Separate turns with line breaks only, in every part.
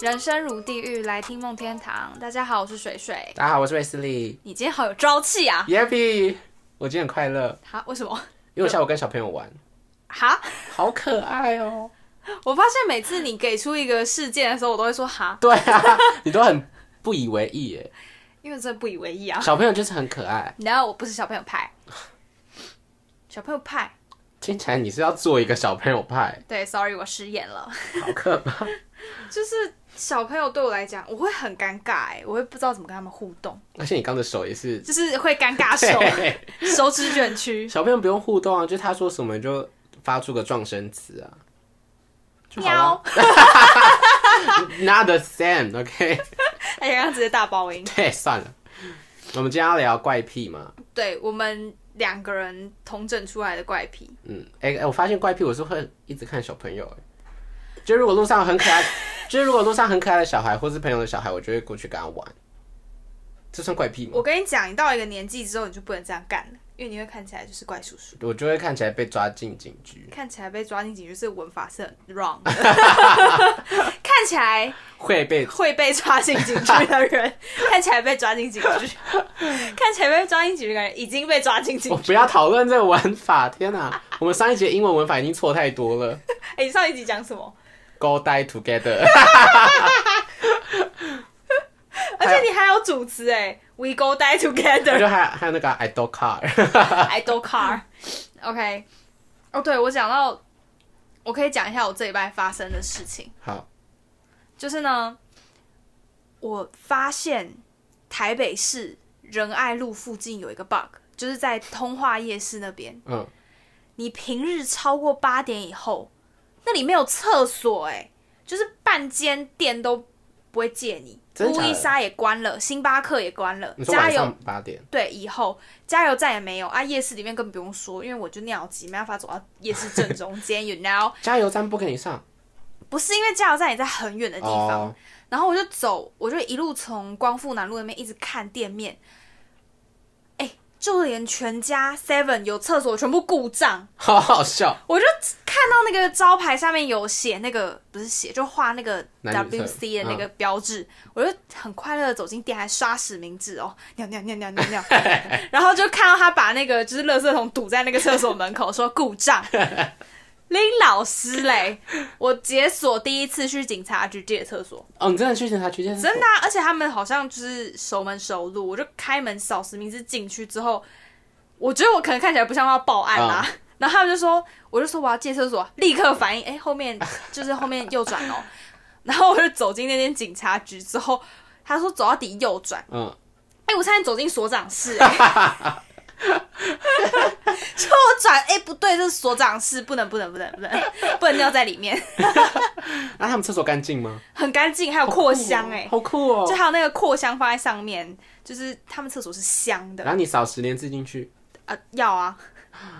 人生如地狱，来听梦天堂。大家好，我是水水。
大家好，我是卫斯理。
你今天好有朝气啊！
Yappy，我今天很快乐，
哈，为什么？
因为我下午跟小朋友玩，
哈，
好可爱哦、
我发现每次你给出一个事件的时候，我都会说哈，
对啊，你都很不以为意耶。
因为真的不以为意啊。
小朋友就是很可爱，
你知道我不是小朋友派，小朋友派，
听起来你是要做一个小朋友派，
对，sorry，我失言了。
好可怕。
就是小朋友对我来讲，我会很尴尬哎、我会不知道怎么跟他们互动，
而且你刚的手也是，
就是会尴尬手，
对
手指卷曲。
小朋友不用互动啊，就他说什么你就发出个撞声词啊，就好
喵
了。！Not the same，OK？、
哎呀，直接大爆音。
对，算了。我们今天要聊怪癖嘛，
对我们两个人同整出来的怪癖，
嗯，哎、哎我发现怪癖我是会一直看小朋友、哎，就如果路上很可爱，就是如果路上很可爱的小孩或是朋友的小孩，我就会过去跟他玩，这算怪癖吗？
我跟你讲，你到一个年纪之后，你就不能这样干了，因为你会看起来就是怪叔叔，
我就会看起来被抓进警局，
看起来被抓进警局，这个文法是很 wrong 的， 看起来
会被
会被抓进警局的人，看起来被抓进警局，看起来被抓进警局的人已经被抓进警
我
局。
哦不要讨论这个文法，天哪、我们上一节英文文法已经错太多了
哎、你上一集讲什么？
，Go die together，
而且你还有主词哎、w e go die
我
together，I
就还还有那个啊 I do car，
do car。OK，哦，对我讲到，我可以讲一下我这礼拜发生的事情。
好，
就是呢，我发现台北市仁爱路附近有一个 bug，就是在通化夜市那边，
嗯，
你平日超过八点以后，那里没有厕所、哎，就是半间店都不会借你，
真
路
假的
易莎也关了，星巴克也关了，
你说
加
晚
油
上八点，
对，以后加油站也没有啊，夜市里面更不用说，因为我就尿急，没办法走到夜市正中间 ，you know，
加油站不给你上
不是因为加油站也在很远的地方。
哦，
然后我就走，我就一路从光复南路那边一直看店面，哎，就连全家 Seven 有厕所全部故障，
好好笑，
我就看到那个招牌上面有写那个不是写就画那个
男女厕
WC 的那个标志，我就很快乐的走进店，还刷实名制哦，尿尿尿尿尿尿， 然后就看到他把那个就是垃圾桶堵在那个厕所门口，说故 障。林老师嘞，我解锁第一次去警察局借厕所，
哦，你真的去警察局见，
真的、啊，而且他们好像就是熟门熟路。我就开门扫实名制进去之后，我觉得我可能看起来不像要报案啦、啊然后他们就说，我就说我要借厕所，立刻反应，哎、后面就是后面右转哦。 然后我就走进那间警察局之后，他说走到底右转，
嗯，
哎、我差点走进所长室、哎， 就我转，哎、不对，这是所长室，不能不能不能不能不能尿在里面，
那他们厕所干净吗？
很干净，还有扩香、哎、
好酷哦、
就还有那个扩香放在上面，就是他们厕所是香的啊、
然后你扫十年字进 去，
要啊，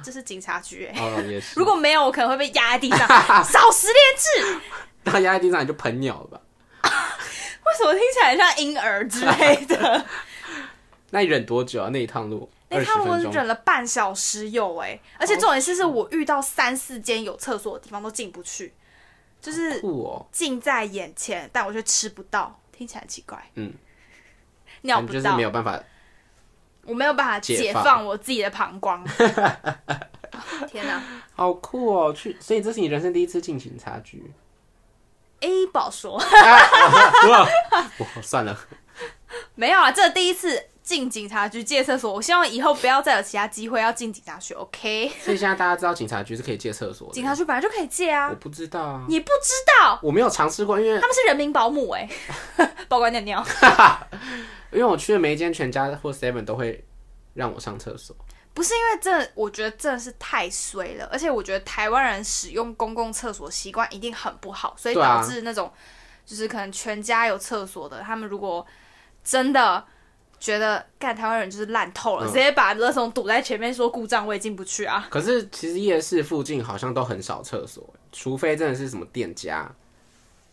这是警察局、欸，
哦，也是。
如果没有，我可能会被压在地 上，少十连制。
然后压在地上，你就喷尿了吧？
为什么听起来像婴儿之类的？
那你忍多久啊？那一趟路
那
二十
他们
分
我
钟，
忍了半小时有哎、而且重点是，是我遇到三四间有厕所的地方都进不去，就是
酷哦、
近在眼前，但我却吃不到，听起来很奇怪。
嗯，
尿
你
不
就是
到
没，有办法。
我没有办法解
解放
放我自己的膀 胱。天哪、
好酷哦、去，所以这是你人生第一次进警察 局。
A 不好说，
哇，算了，
没有啊，这第一次进警察局借厕所，我希望以后不要再有其他机会要进警察局，OK？
所以现在大家知道警察局是可以借厕所的。
警察局本来就可以借啊
我，不知道啊，
你不知道
我没有尝试过，因为
他们是人民保姆 哎、包括尿尿，
因为我去的每一间全家或 Seven 都会让我上厕所。
不是因为这，我觉得真的是太衰了，而且我觉得台湾人使用公共厕所习惯一定很不好，所以
对啊
导致那种、就是可能全家有厕所的，他们如果真的。觉得干台湾人就是烂透了，
嗯
直接把垃圾桶堵在前面，说故障我也进不去啊。
可是其实夜市附近好像都很少厕所，除非真的是什么店家，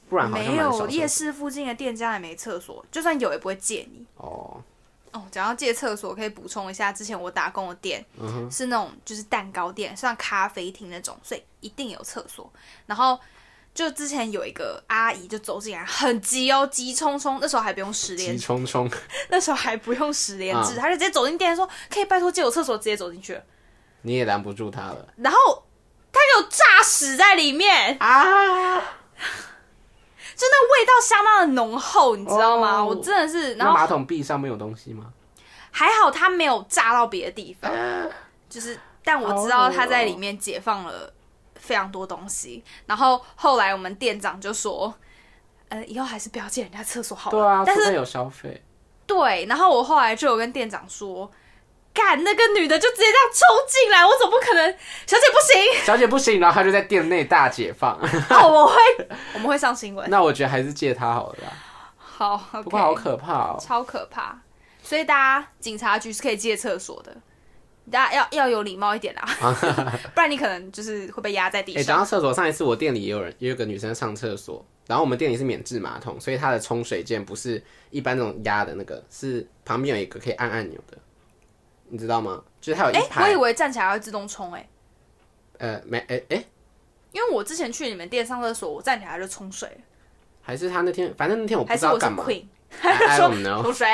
不然好像
没
蛮少厕
有
所。
夜市附近的店家也没厕所，就算有也不会借你。
哦，
哦，讲到借厕所，可以补充一下，之前我打工的店、
嗯
是那种就是蛋糕店，像咖啡厅那种，所以一定有厕所。然后就之前有一个阿姨就走进来，很急哦，急匆匆，那时候还不用十连
急匆匆，
那时候还不用十连制，
嗯
他就直接走进店说：“可以拜托借我厕所。”直接走进去了，
你也拦不住他了
然后他给我炸屎在里面，
啊！
就那味道相当的浓厚，你知道吗？
哦
我真的是，然
那
后
马桶壁上面有东西吗？
还好他没有炸到别的地方，就是但我知道他在里面解放了非常多东西。然后后来我们店长就说：“呃，以后还是不要借人家厕所好了。
对啊，
但
除
是
非有消费，
对，然后我后来就有跟店长说，干那个女的就直接这样冲进来，我总不可能，小姐不
小姐不行，然后他就在店内大解 放。
行，哦，我会，我们会上新闻，
那我觉得还是借他好了啦，
好，OK，
不过好可怕哦。
超可怕，所以大家警察局是可以借厕所的。大家要要有礼貌一点啦，
啊
不然你可能就是会被压在地
哎、讲
上。
到厕所，上一次我店里也有人，也有个女生上厕所，然后我们店里是免治马桶，所以它的冲水键不是一般那种压的那个，是旁边有一个可以按按钮的，你知道吗？就是它有
哎、
一
我
排，
以为站起来会自动冲哎、
呃，没，哎、哎、
因为我之前去你们店上厕所，我站起来就冲水了，
还是他那天，反正那天我不
还
知
是
道
我是
干嘛，
Queen，
I
说
don't know 啊
冲水，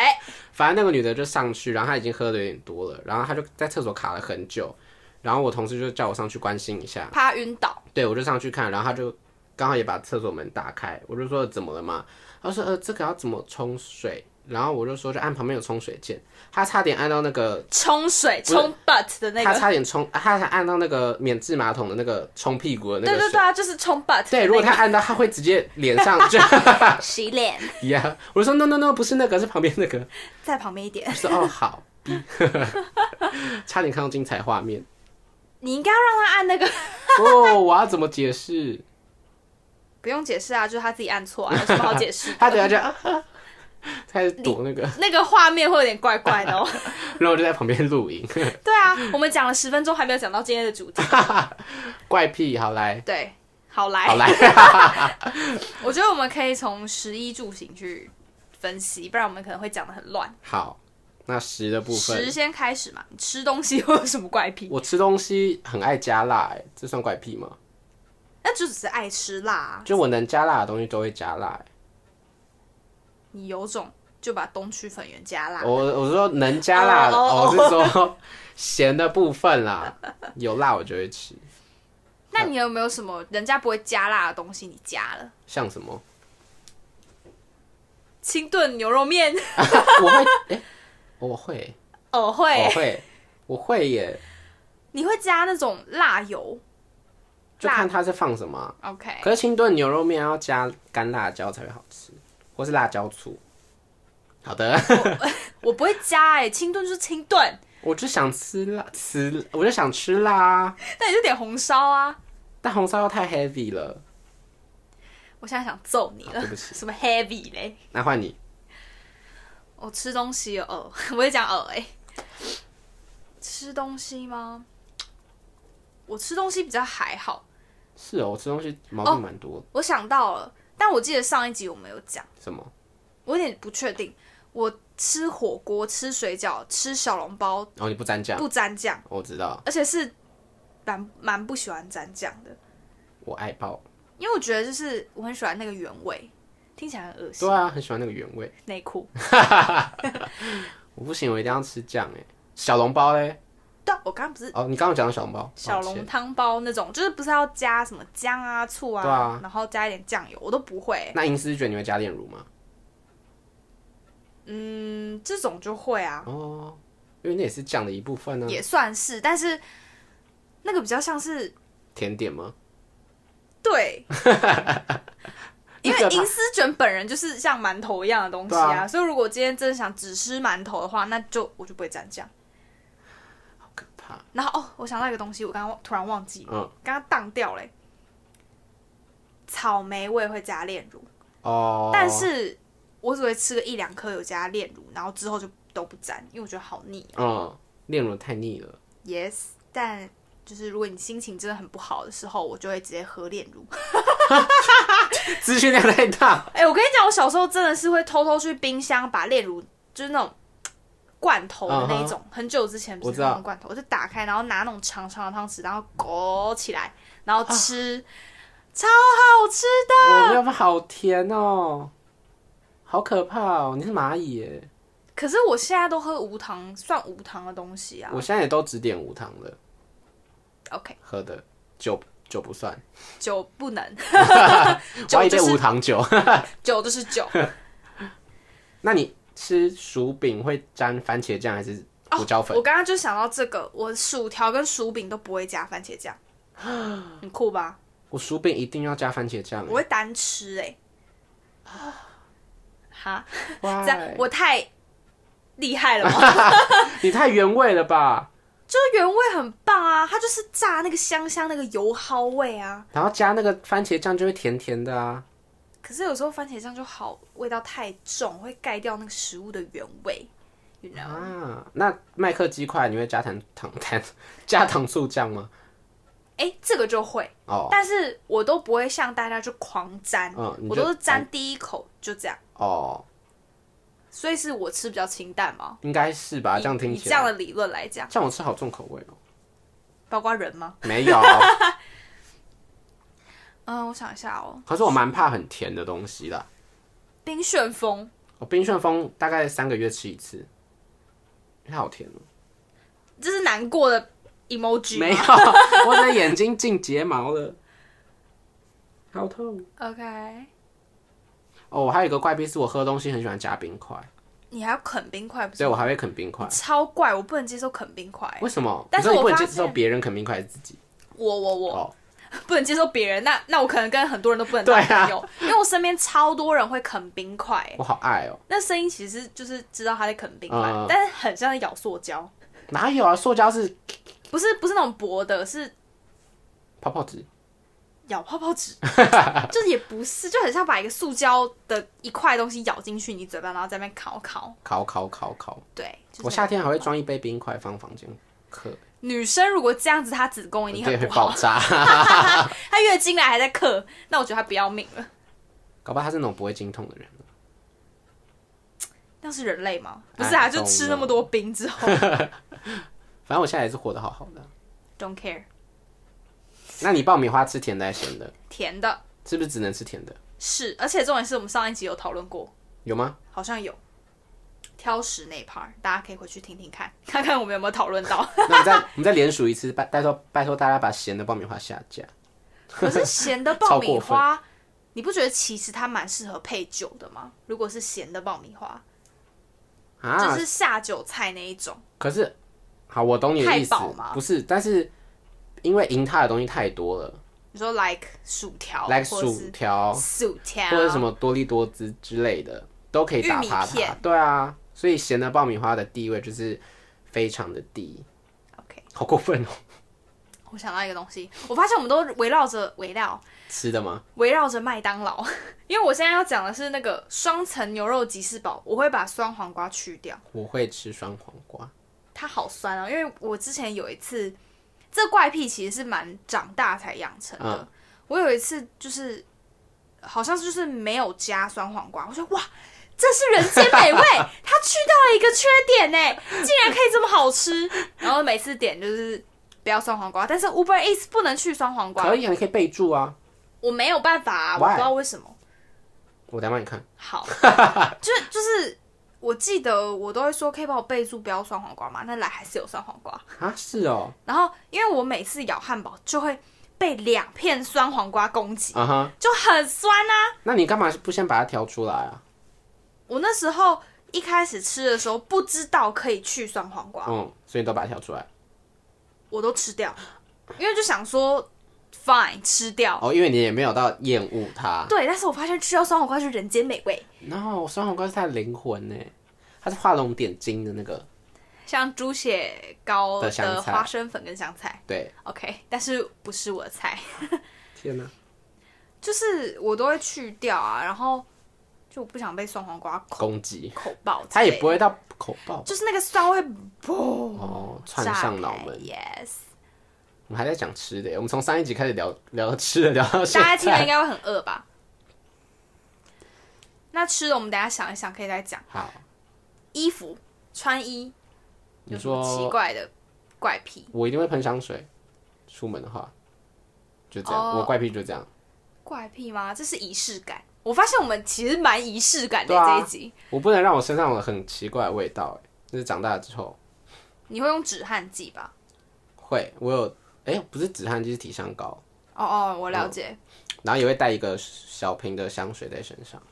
反正那个女的就上去，然后她已经喝的有点多了，然后她就在厕所卡了很久，然后我同事就叫我上去关心一下，
怕晕倒，
对，我就上去看，然后他就刚好也把厕所门打开，我就说怎么了嘛？他说呃，这个要怎么冲水？然后我就说就按旁边有冲水键，他差点按到那个，
冲水
是
冲 butt 的那个
他。差点冲，他还按到那个免治马桶的那个冲屁股的那
对
个水。
对对啊，就是冲 butt
对如果他按到，他会直接脸上就
洗脸
一样。我就说 no no no，不是那个，是旁边那个。
在旁边一点
我，说哦好，逼差点看到精彩画面。
你应该要让他按那个，
哦，我要怎么解释？
不用解释啊，就是他自己按错啊，有什么好解释
？他等下就、啊、哈开始躲那个，
那个画面会有点怪怪的哦。
然后我就在旁边录影。
对啊，我们讲了十分钟还没有讲到今天的主 题。
怪癖，好来，
对，好来，
好来，
我觉得我们可以从食衣住行去分析，不然我们可能会讲的很乱。
好。那食的部
食
分，
先开始嘛，你吃东西会有什么怪癖？
我吃东西很爱加辣、欸，这算怪癖吗？
那就只是爱吃辣、啊，
就我能加辣的东西都会加辣、欸
你有种就把东区粉圆加辣。
我我是说能加辣的，
哦
我、
哦
是说咸的部分啦，有辣我就会吃。
那你有没有什么人家不会加辣的东西你加了？
像 什么，
清炖牛肉面，
我会，哎、我会，
哦会
我会，我会耶，
你会加那种辣油
就看它是放什么啊、
，OK？
可是清炖牛肉面要加干辣椒才会好吃，或是辣椒醋。好的。
我不会加哎、清炖就是清炖，
我就想吃辣，吃我就想吃辣啊，
那你就点红烧啊！
但红烧又太 heavy 了。
我现在想揍你
好
了
啊对，不起
什么 heavy 嘞？
那换你，
我吃东西有呃， 我会讲呃哎、吃东西吗？我吃东西比较还好，
是哦，我吃东西毛病蛮多的。
我想到了，但我记得上一集我没有讲，
什么？
我有点不确定。我吃火锅、吃水饺、吃小笼包
然、后哦你不沾酱？
不沾酱，
我知道，
而且是蛮蛮不喜欢沾酱的。
我爱爆。
因为我觉得就是我很喜欢那个原味，听起来很恶心
对。啊，很喜欢那个原味。
内裤，
我不行，我一定要吃酱哎、小笼包嘞？
对啊、我刚刚不是
哦，你刚刚讲的小笼包，
小
抱
笼
歉。
汤包那种，就是不是要加什么姜啊、醋啊，
对啊
然后加一点酱油，我都不会、
那银丝卷你会加炼乳吗？
嗯，这种就会啊，
哦，因为那也是酱的一部分呢、啊
也算是，但是那个比较像是
甜点吗？
对，因
那
为
个吧
银丝卷本人就是像馒头一样的东西
对
啊，所以如果今天真的想只吃馒头的话，那就我就不会蘸酱。
好可怕。
然后哦，我想到一个东西，我刚刚忘突然忘记了，
嗯，
刚刚荡掉嘞、草莓我也会加炼乳，
哦，
但是我只会吃个一两颗有加炼乳，然后之后就都不沾，因为我觉得好腻。
嗯，炼乳太腻了。
Yes，但就是如果你心情真的很不好的时候，我就会直接喝炼乳。
资讯量太大，
哎、我跟你讲，我小时候真的是会偷偷去冰箱把炼乳，就是那种。罐头的那一种很久之前不
我
是
知道
那种罐头，我就打开，然后拿那种长长的汤匙，然后裹起来，然后吃。超好吃
我
的。
没有办法，好甜哦，好可怕哦！你是蚂蚁耶，
可是我现在都喝无糖，算无糖的东西啊。哎
我现在也都只点无糖的
OK，
喝的，酒酒不算，
酒不能，
我要
酒
一杯
就是
无糖酒。
酒就是酒。
那你吃薯饼会沾番茄酱还是
哦
胡椒粉？
我刚刚就想到这个，我薯条跟薯饼都不会加番茄 酱，很酷吧？
我薯饼一定要加番茄酱耶。欸
我会单吃哎、
啊
哈，这样
Why？
我太厉害了 吗？
你太原味了吧？
就是原味很棒啊，它就是炸那个香香那个油蒿味啊。
然后加那个番茄酱就会甜甜的啊。
可是有时候番茄酱就好，味道太重会盖掉那个食物的原味。You know？
啊，那麦克鸡块你会加糖糖 糖加糖醋酱吗？
哎、这个就会，
哦
但是我都不会像大家就狂沾，
嗯你就
我都是沾第一口就这样，
哦，
所以是我吃比较清淡嘛。
应该是吧？
以
这样听
以
起
这
来，
样的理论来讲，
这样我吃好重口味哦。
包括人吗？
没有，
嗯，我想一下哦，
可是我蛮怕很甜的东西啦。
冰旋风，
我冰旋风大概三个月吃一次，因为它好甜哦。
这是难过的 emoji 吗
没有，我的眼睛进睫毛了，好痛
OK，
哦。我还有一个怪癖是我喝东西很喜欢加冰块，
你还要啃冰块不是
所以？我还会啃冰块。
超怪，我不能接受啃冰块。
为什么？
但是
你说你
我
不能
发
接受
现
别人啃冰块还是自己？
我我我、
哦
不能接受别人，那那我可能跟很多人都不能
对
当
啊
朋友，因为我身边超多人会啃冰块。
我好爱哦。
那声音其实就是知道他在啃冰块，
嗯嗯嗯
但是很像在咬塑胶，
哪有啊？塑胶是
不是不是那种薄的，是
泡泡纸，
咬泡泡纸， 就是也不是，就很像把一个塑胶的一块东西咬进去你嘴巴，然后在那边烤烤。
烤烤烤烤。
对，就是、
我夏天还会装一杯冰块放房间嗑，
女生如果这样子，她子宫一定
这也
哎很
会
不好
爆。炸。
她月经来还在嗑，那我觉得她不要命了。
搞不好他是那种不会经痛的人。
那是人类吗？不是啊，
I
就
don't
吃那么多冰之后
反正我现在也是活得好好的。
，don't care，
那你爆米花吃甜的还是咸的？
甜的
是不是只能吃甜的？
是，而且重点是我们上一集有讨论过，
有 吗？
好像有挑食那一 part，大家可以回去听听看，看看我们有没有讨论到。
那我们再我们再连数一次，拜拜托拜托大家把咸的爆米花下架。
可是咸的爆米
超过
花，你不觉得其实它蛮适合配酒的吗？如果是咸的爆米花，
啊！
就是下酒菜那一种，
可是，好，我懂你的意思
太饱吗，
不是？但是因为赢它的东西太多了，
你说 like 薯条
来
或者
薯
是
条
薯条
或者什么多利多滋之类的，都可以打
玉
趴
米
它
片。
对啊，所以咸的爆米花的地位就是非常的低，
，OK。
好过分哦！
我想到一个东西，我发现我们都围绕着围绕
吃的吗？
围绕着麦当劳， 因为我现在要讲的是那个双层牛肉吉士堡，我会把酸黄瓜去掉，
我会吃双黄瓜，
它好酸哦。因为我之前有一次，这怪癖其实是蛮长大才养成的。
嗯
我有一次就是，好像就是没有加酸黄瓜，我说哇，这是人间美味，它去掉了一个缺点呢，竟然可以这么好吃。然后每次点就是不要酸黄瓜，但是 Uber Eats 不能去酸黄瓜
可，以啊，你可以备注啊，
我没有办法、啊，我不
Why？
知道为什么。
我再帮你看。
好，就就是我记得我都会说可以帮我备注不要酸黄瓜嘛，那来还是有酸黄瓜。
啊，是哦，
然后因为我每次咬汉堡就会被两片酸黄瓜攻击，
啊哈，
就很酸啊。
那你干嘛不先把它挑出来啊？
我那时候一开始吃的时候不知道可以去酸黄瓜，
嗯，所以你都把它挑出来
我都吃掉，因为就想说 fine 吃掉。
哦，因为你也没有到厌恶它。
对，但是我发现吃掉酸黄瓜是人间美味，
然后双黄瓜是它的灵魂呢，它是画龙点睛的那个，
像猪血糕
的香
的
菜
花生粉跟香菜
对，
，OK，但是不是我的菜。
天哪、
就是我都会去掉啊，然后就不想被酸黄瓜口
攻击，
口爆之类的，
它也不会到口爆
就是那个酸味嘣
哦，窜上脑门。
Yes，
我们还在讲吃的耶，我们从上一集开始聊聊吃的，聊到 现
大家听了应
在。
该会很饿吧？那吃的我们等一下想一想，可以再讲。
好，
衣服穿衣
你
有什么奇
说
怪的怪癖？
我一定会喷香水，出门的话就这样，
哦
我怪癖就这样。
怪癖吗？这是仪式感。我发现我们其实蛮仪式感的、
对啊
这一集。
我不能让我身上有很奇怪的味道、欸，就是长大之后
你会用止汗剂吧？
会，我有，哎、不是止汗剂，是体香膏，
哦哦，我了解。
然后也会带一个小瓶的香水在身上。嗯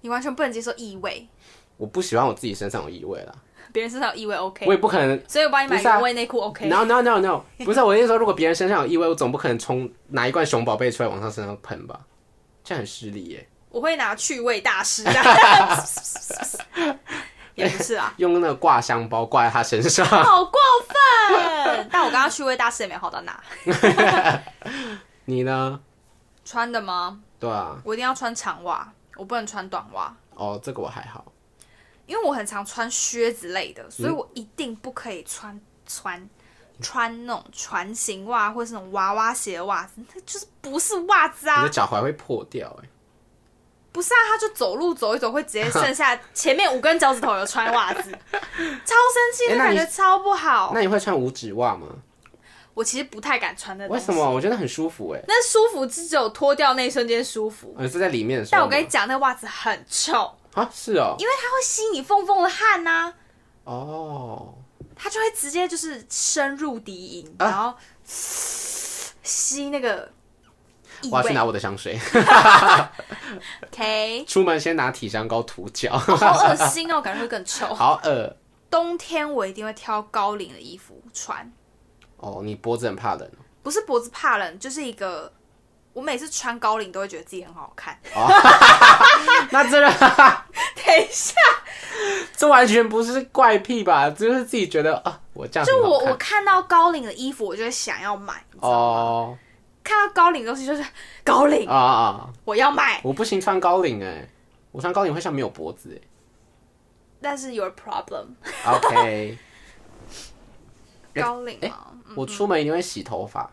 你完全不能接受异味，
我不喜欢我自己身上有异味啦，
别人身上有异味 OK，
我也不可能。
所以我帮你买
不是啊
原味内裤 OK。
No no no no，不 是啊我意思说，如果别人身上有异味，我总不可能冲拿一罐熊宝贝出来往他身上喷吧，这很失礼耶。
我会拿去味大 师， 也不是啊，
用那个挂香包挂在他身上，
好过分。但我刚刚去味大师也没好到哪。
你呢？
穿的吗？
对啊，
我一定要穿长袜，我不能穿短袜，
哦，这个我还好。
因为我很常穿靴子类
嗯
的，所以我一定不可以穿穿。穿那种船型袜或是那种娃娃鞋的袜子，那就是不是袜子
你
啊
的！脚踝会破掉哎、
不是啊，他就走路走一走，会直接剩下前面五根脚趾头有穿袜 子，超生气，
欸
那
那
感
你
觉超不好。
那你会穿五指袜吗？
我其实不太敢穿那东
为
西
什？么？我觉得很舒服哎、
那舒服是只有脱掉那一瞬间舒服，
呃，是在里面的时候
但
吗。
我跟你讲，那袜子很臭，
啊，是哦，
因为它会吸你缝缝的汗啊呐、
哦，
它就会直接就是深入敌营，
啊
然后吸那个异
我要去
味。
拿我的香水，
OK，
出门先拿体香膏涂脚，
好恶心哦，感觉会更 臭。
好呃恶
冬天我一定会挑高领的衣服穿，
哦，你脖子很怕冷
不是脖子怕冷，就是一个。我每次穿高领都会觉得自己很好 看。
哦，那真的
等一下，
这完全不是怪癖吧？就是自己觉得啊，我这样
就
很好
我
看
我看啊到高领的衣服，我就会想要买。
哦
看到高领的东西就是高领，
啊啊，
我要买。
我不行穿高领哎、我穿高领会像没有脖子
但是 your problem
哎、OK， 哎
高领吗？嗯
我出门一定会洗头发，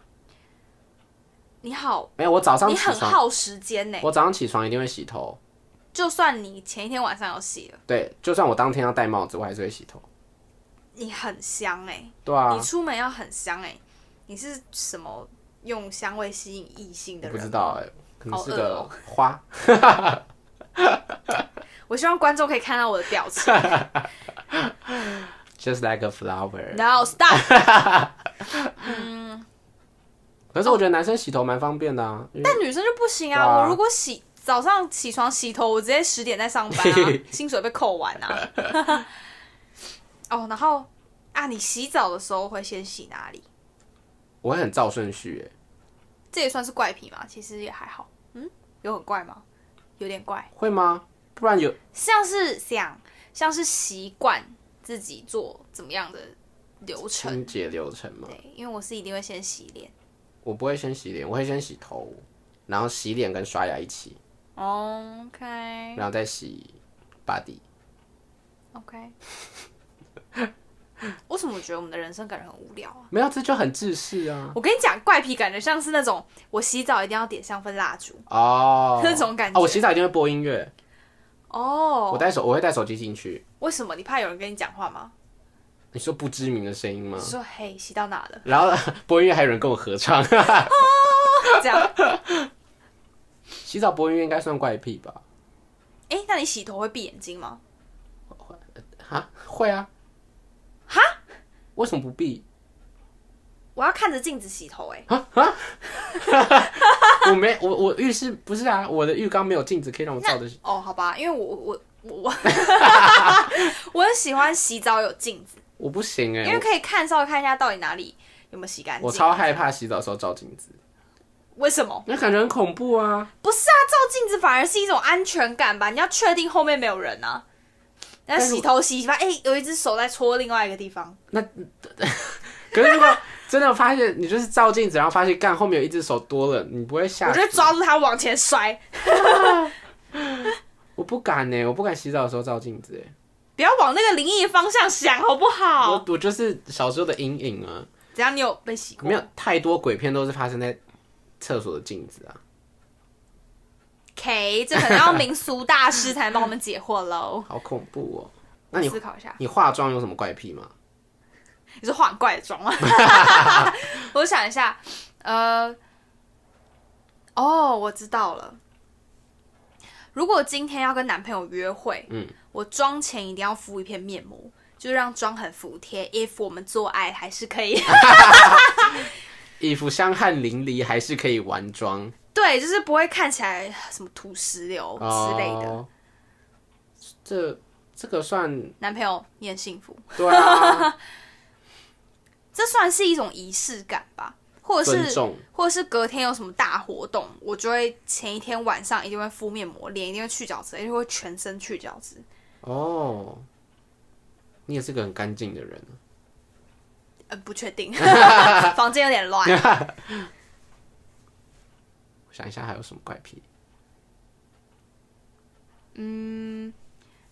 你好，
没有，我早上
你
起
很欸
床，
耗时间呢。
我早上起床一定会洗头。
就算你前一天晚上有洗了，
对，就算我当天要戴帽子，我还是会洗头。
你很香哎，
对啊
你，出门要很香哎。你是什么用香味吸引异性
我
的
不
人？
知道哎、可能是
好饿
个
哦
花。
我希望观众可以看到我的表 情。
Just like a flower。
No stop！
可是我觉得男生洗头蛮方便的啊，因为
但女生就不行
对
啊。
啊
我如果洗早上起床洗头，我直接十点在上班 啊，薪水被扣完啊。 哦，然后啊，你洗澡的时候会先洗哪里？
我会很照顺序欸，
这也算是怪癖吗？其实也还好。嗯，有很怪吗？有点怪，
会吗？不然有
像是想像是习惯自己做怎么样的流程。
清洁流程吗？
对，因为我是一定会先洗脸。
我不会先洗脸，我会先洗头，然后洗脸跟刷牙一起，
OK
然后再洗 body。
OK。为什么我觉得我们的人生感觉很无聊啊？
没有，这就很自私啊。
我跟你讲，怪癖感觉像是那种我洗澡一定要点香氛蜡烛
哦，
那种感觉。
哦，我洗澡一定会播音乐，我
哦，
带手我会带手机进去。
为什么你怕有人跟你讲话吗？
你说不知名的声音吗
你？说嘿，洗到哪了？
然后 播音乐还有人跟我合唱，
这样。
洗澡播音乐应该算怪癖吧？
哎、那你洗头会闭眼睛吗？
哈，会啊。
哈？
为什么不必？
我要看着镜子洗头、欸，哎，
我没，我我浴室不是啊，我的浴缸没有镜子可以让我照的。
哦，好吧，因为我我我我 我很喜欢洗澡有镜子，
我不行哎、
因为可以看稍微看一下到底哪里有没有洗干净。
我超害怕洗澡的时候照镜子，
为什么？
那感觉很恐怖啊。
不是啊，照镜子反而是一种安全感吧？你要确定后面没有人啊。那
但是我
洗头洗一洗发现，哎、有一只手在戳另外一个地方，
可是如果真的发现你就是照镜子，然后发现干后面有一只手多了，你不会吓
我
死？
就抓住它往前摔。
我不敢呢、我不敢洗澡的时候照镜子、欸。
不要往那个灵异方向想，好不好
我？我就是小时候的阴影啊，
怎样？你有被洗过？
没有太多鬼片都是发生在厕所的镜子啊。。
K，这可能要民俗大师才能帮我们解惑喽
好恐怖哦、那你
思考一下，
你化妆有什么怪癖吗？
你是化很 怪的妆吗？我想一下，呃，哦，哦，我知道了。如果今天要跟男朋友约会，
嗯，
我妆前一定要敷一片面膜，就是让妆很服帖。if 我们做爱还是可以，
衣服香汗淋漓，还是可以玩妆
对，就是不会看起来什么土石流之类的。
哦这这个算
男朋友，你很幸福，
对啊，
这算是一种仪式感吧，或者
尊
是
重
或者是隔天有什么大活动，我就会前一天晚上一定会敷面膜，脸一定会去角质，而且会全身去角质。
哦。你也是个很干净的人，啊
呃，不确定，房间有点乱。
我想一下还有什么怪癖？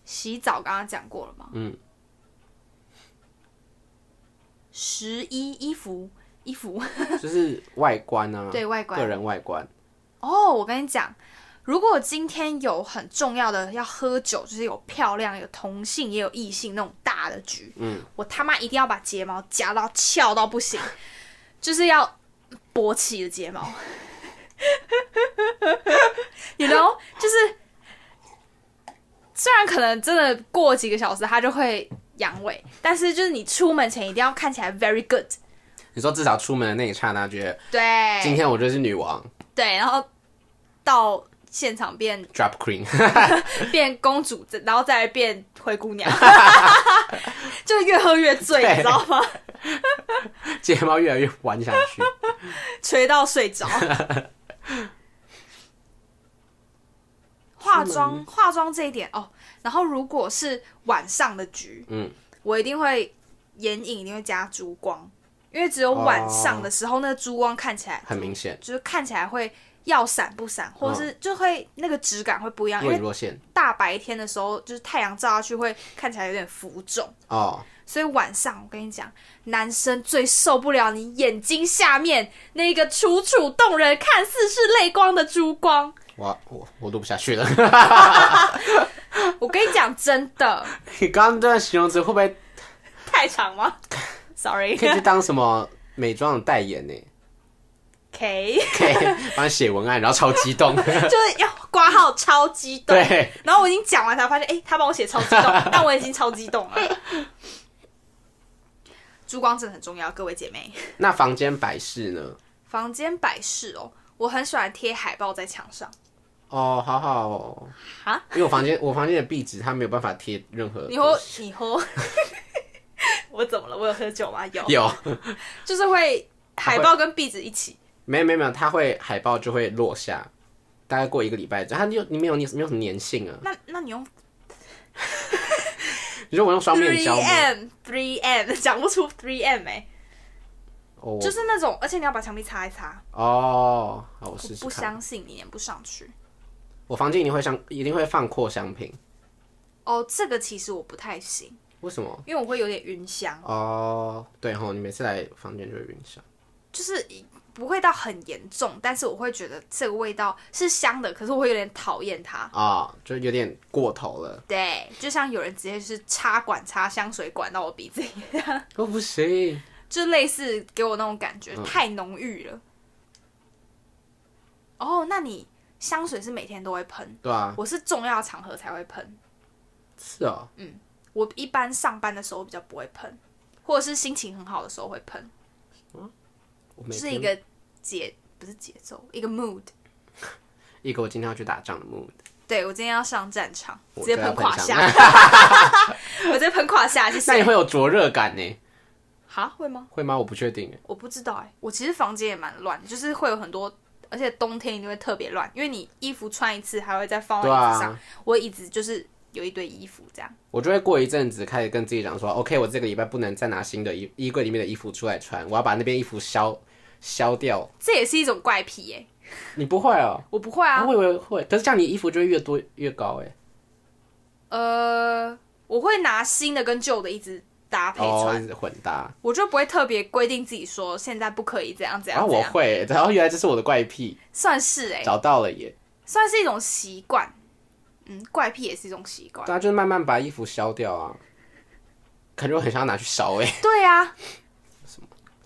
洗澡刚刚讲过了吗？
嗯。
十一衣服衣服
就是外观啊，
对外观
个人外观，
哦，我跟你讲，如果今天有很重要的要喝酒，就是有漂亮、有同性也有异性那种大的局，
嗯，
我他妈一定要把睫毛夹到翘到不行， 就是要勃起的睫毛， 你 you know，就是虽然可能真的过几个小时它就会阳痿，但是就是你出门前一定要看起来 very good，
你说至少出门的那一刹那，觉得今
对
天我就是女王
对，然后到现场变
，drop queen，
变公主，然后再变灰姑 娘，就越喝越醉，
对
你知道吗？
睫毛越来越弯下去。
吹到睡 着。化妆，化妆这一点哦。然后如果是晚上的局，
嗯，
我一定会眼影一定会加珠光，因为只有晚上的时候，那个珠光看起来
哦很明嗯显，
就是看起来会要闪不闪，或者是就会那个质感会不啊一样。因
若隐
为
若现
大白天的时候，就是太阳照下去会看起来有点浮肿。
哦，
所以晚上我跟你讲，男生最受不了你眼睛下面那个楚楚动人、看似是泪光的珠光。
我我我录不下去了。
我跟你讲，真的
你刚刚这段形容词会不会
太长吗 ？Sorry。
可 以去当什么美妆的代言呢？
K，
可以帮你写文案，然后超激 动。
就是要挂号超激动。
对，
然后我已经讲完才发现，哎、他帮我写超激 动，但我已经超激动了。珠光真的很重要，各位姐妹。
那房间摆饰呢？
房间摆饰哦，我很喜欢贴海报在墙上。
哦，好好、哦，
哈，
因为我房间我房间的壁纸它没有办法贴任何
你喝
东西。，
你喝。 我怎么了？我有喝酒吗？有，
有，
就是会海报跟壁纸一起。
没有没有没有，它会海报就会落下，大概过一个礼拜之后，它就你没有你没有什么粘性啊。
那那你用
你说我用双面
three
胶吗？
m three m 讲不出 three m 哎、
哦，我
就是那种，而且你要把墙壁擦一擦。
哦，好，我
我
试试
不
看。
相信你粘不上去。
我房间一定会上，一定会放扩香瓶。
哦，这个其实我不太行，
为什么？
因为我会有点晕香，
哦，对吼，你每次来房间就会晕香。
就是不会到很严重，但是我会觉得这个味道是香的，可是我会有点讨厌它。
啊、就有点过头了。
对，就像有人直接是插管插香水管到我鼻子里，
哦，不行，
就类似给我那种感
嗯
觉，太浓郁了。哦，那你香水是每天都会喷？
对啊，
我是重要场合才会喷，
是哦，
我一般上班的时候比较不会喷，或者是心情很好的时候会喷，
我
就
每
是一
天
个节不是节奏，一个 mood。
一个我今天要去打仗的 mood，
对我今天要上战场，
我
直接
就要
喷胯
喷
下，我直接喷胯下，谢
那你
谢。
会有灼热感呢？
哈，会吗？
会吗？我不确定哎。
我不知道哎、我其实房间也蛮乱，就是会有很多，而且冬天一定会特别乱，因为你衣服穿一次还会再放到
对
椅
啊
子上，我椅子就是有一堆衣服这样。
我就会过一阵子开始跟自己讲说，OK，我这个礼拜不能再拿新的衣衣柜里面的衣服出来穿，我要把那边衣服消消掉。
这也是一种怪癖耶、欸
你不会哦、
我不会啊，
我以为会，可是这样你衣服就会越多越高哎。
呃，我会拿新的跟旧的一直搭配
哦，
穿，
一直混搭。
我就不会特别规定自己说现在不可以这样这
然
样
后
这
我
样，
会欸，然后原来这是我的怪癖，
算是啊哎、
找到了耶。
算是一种习惯。嗯，怪癖也是一种习惯。
大家就是慢慢把衣服消掉啊。可是我很想要拿去烧哎。
对啊，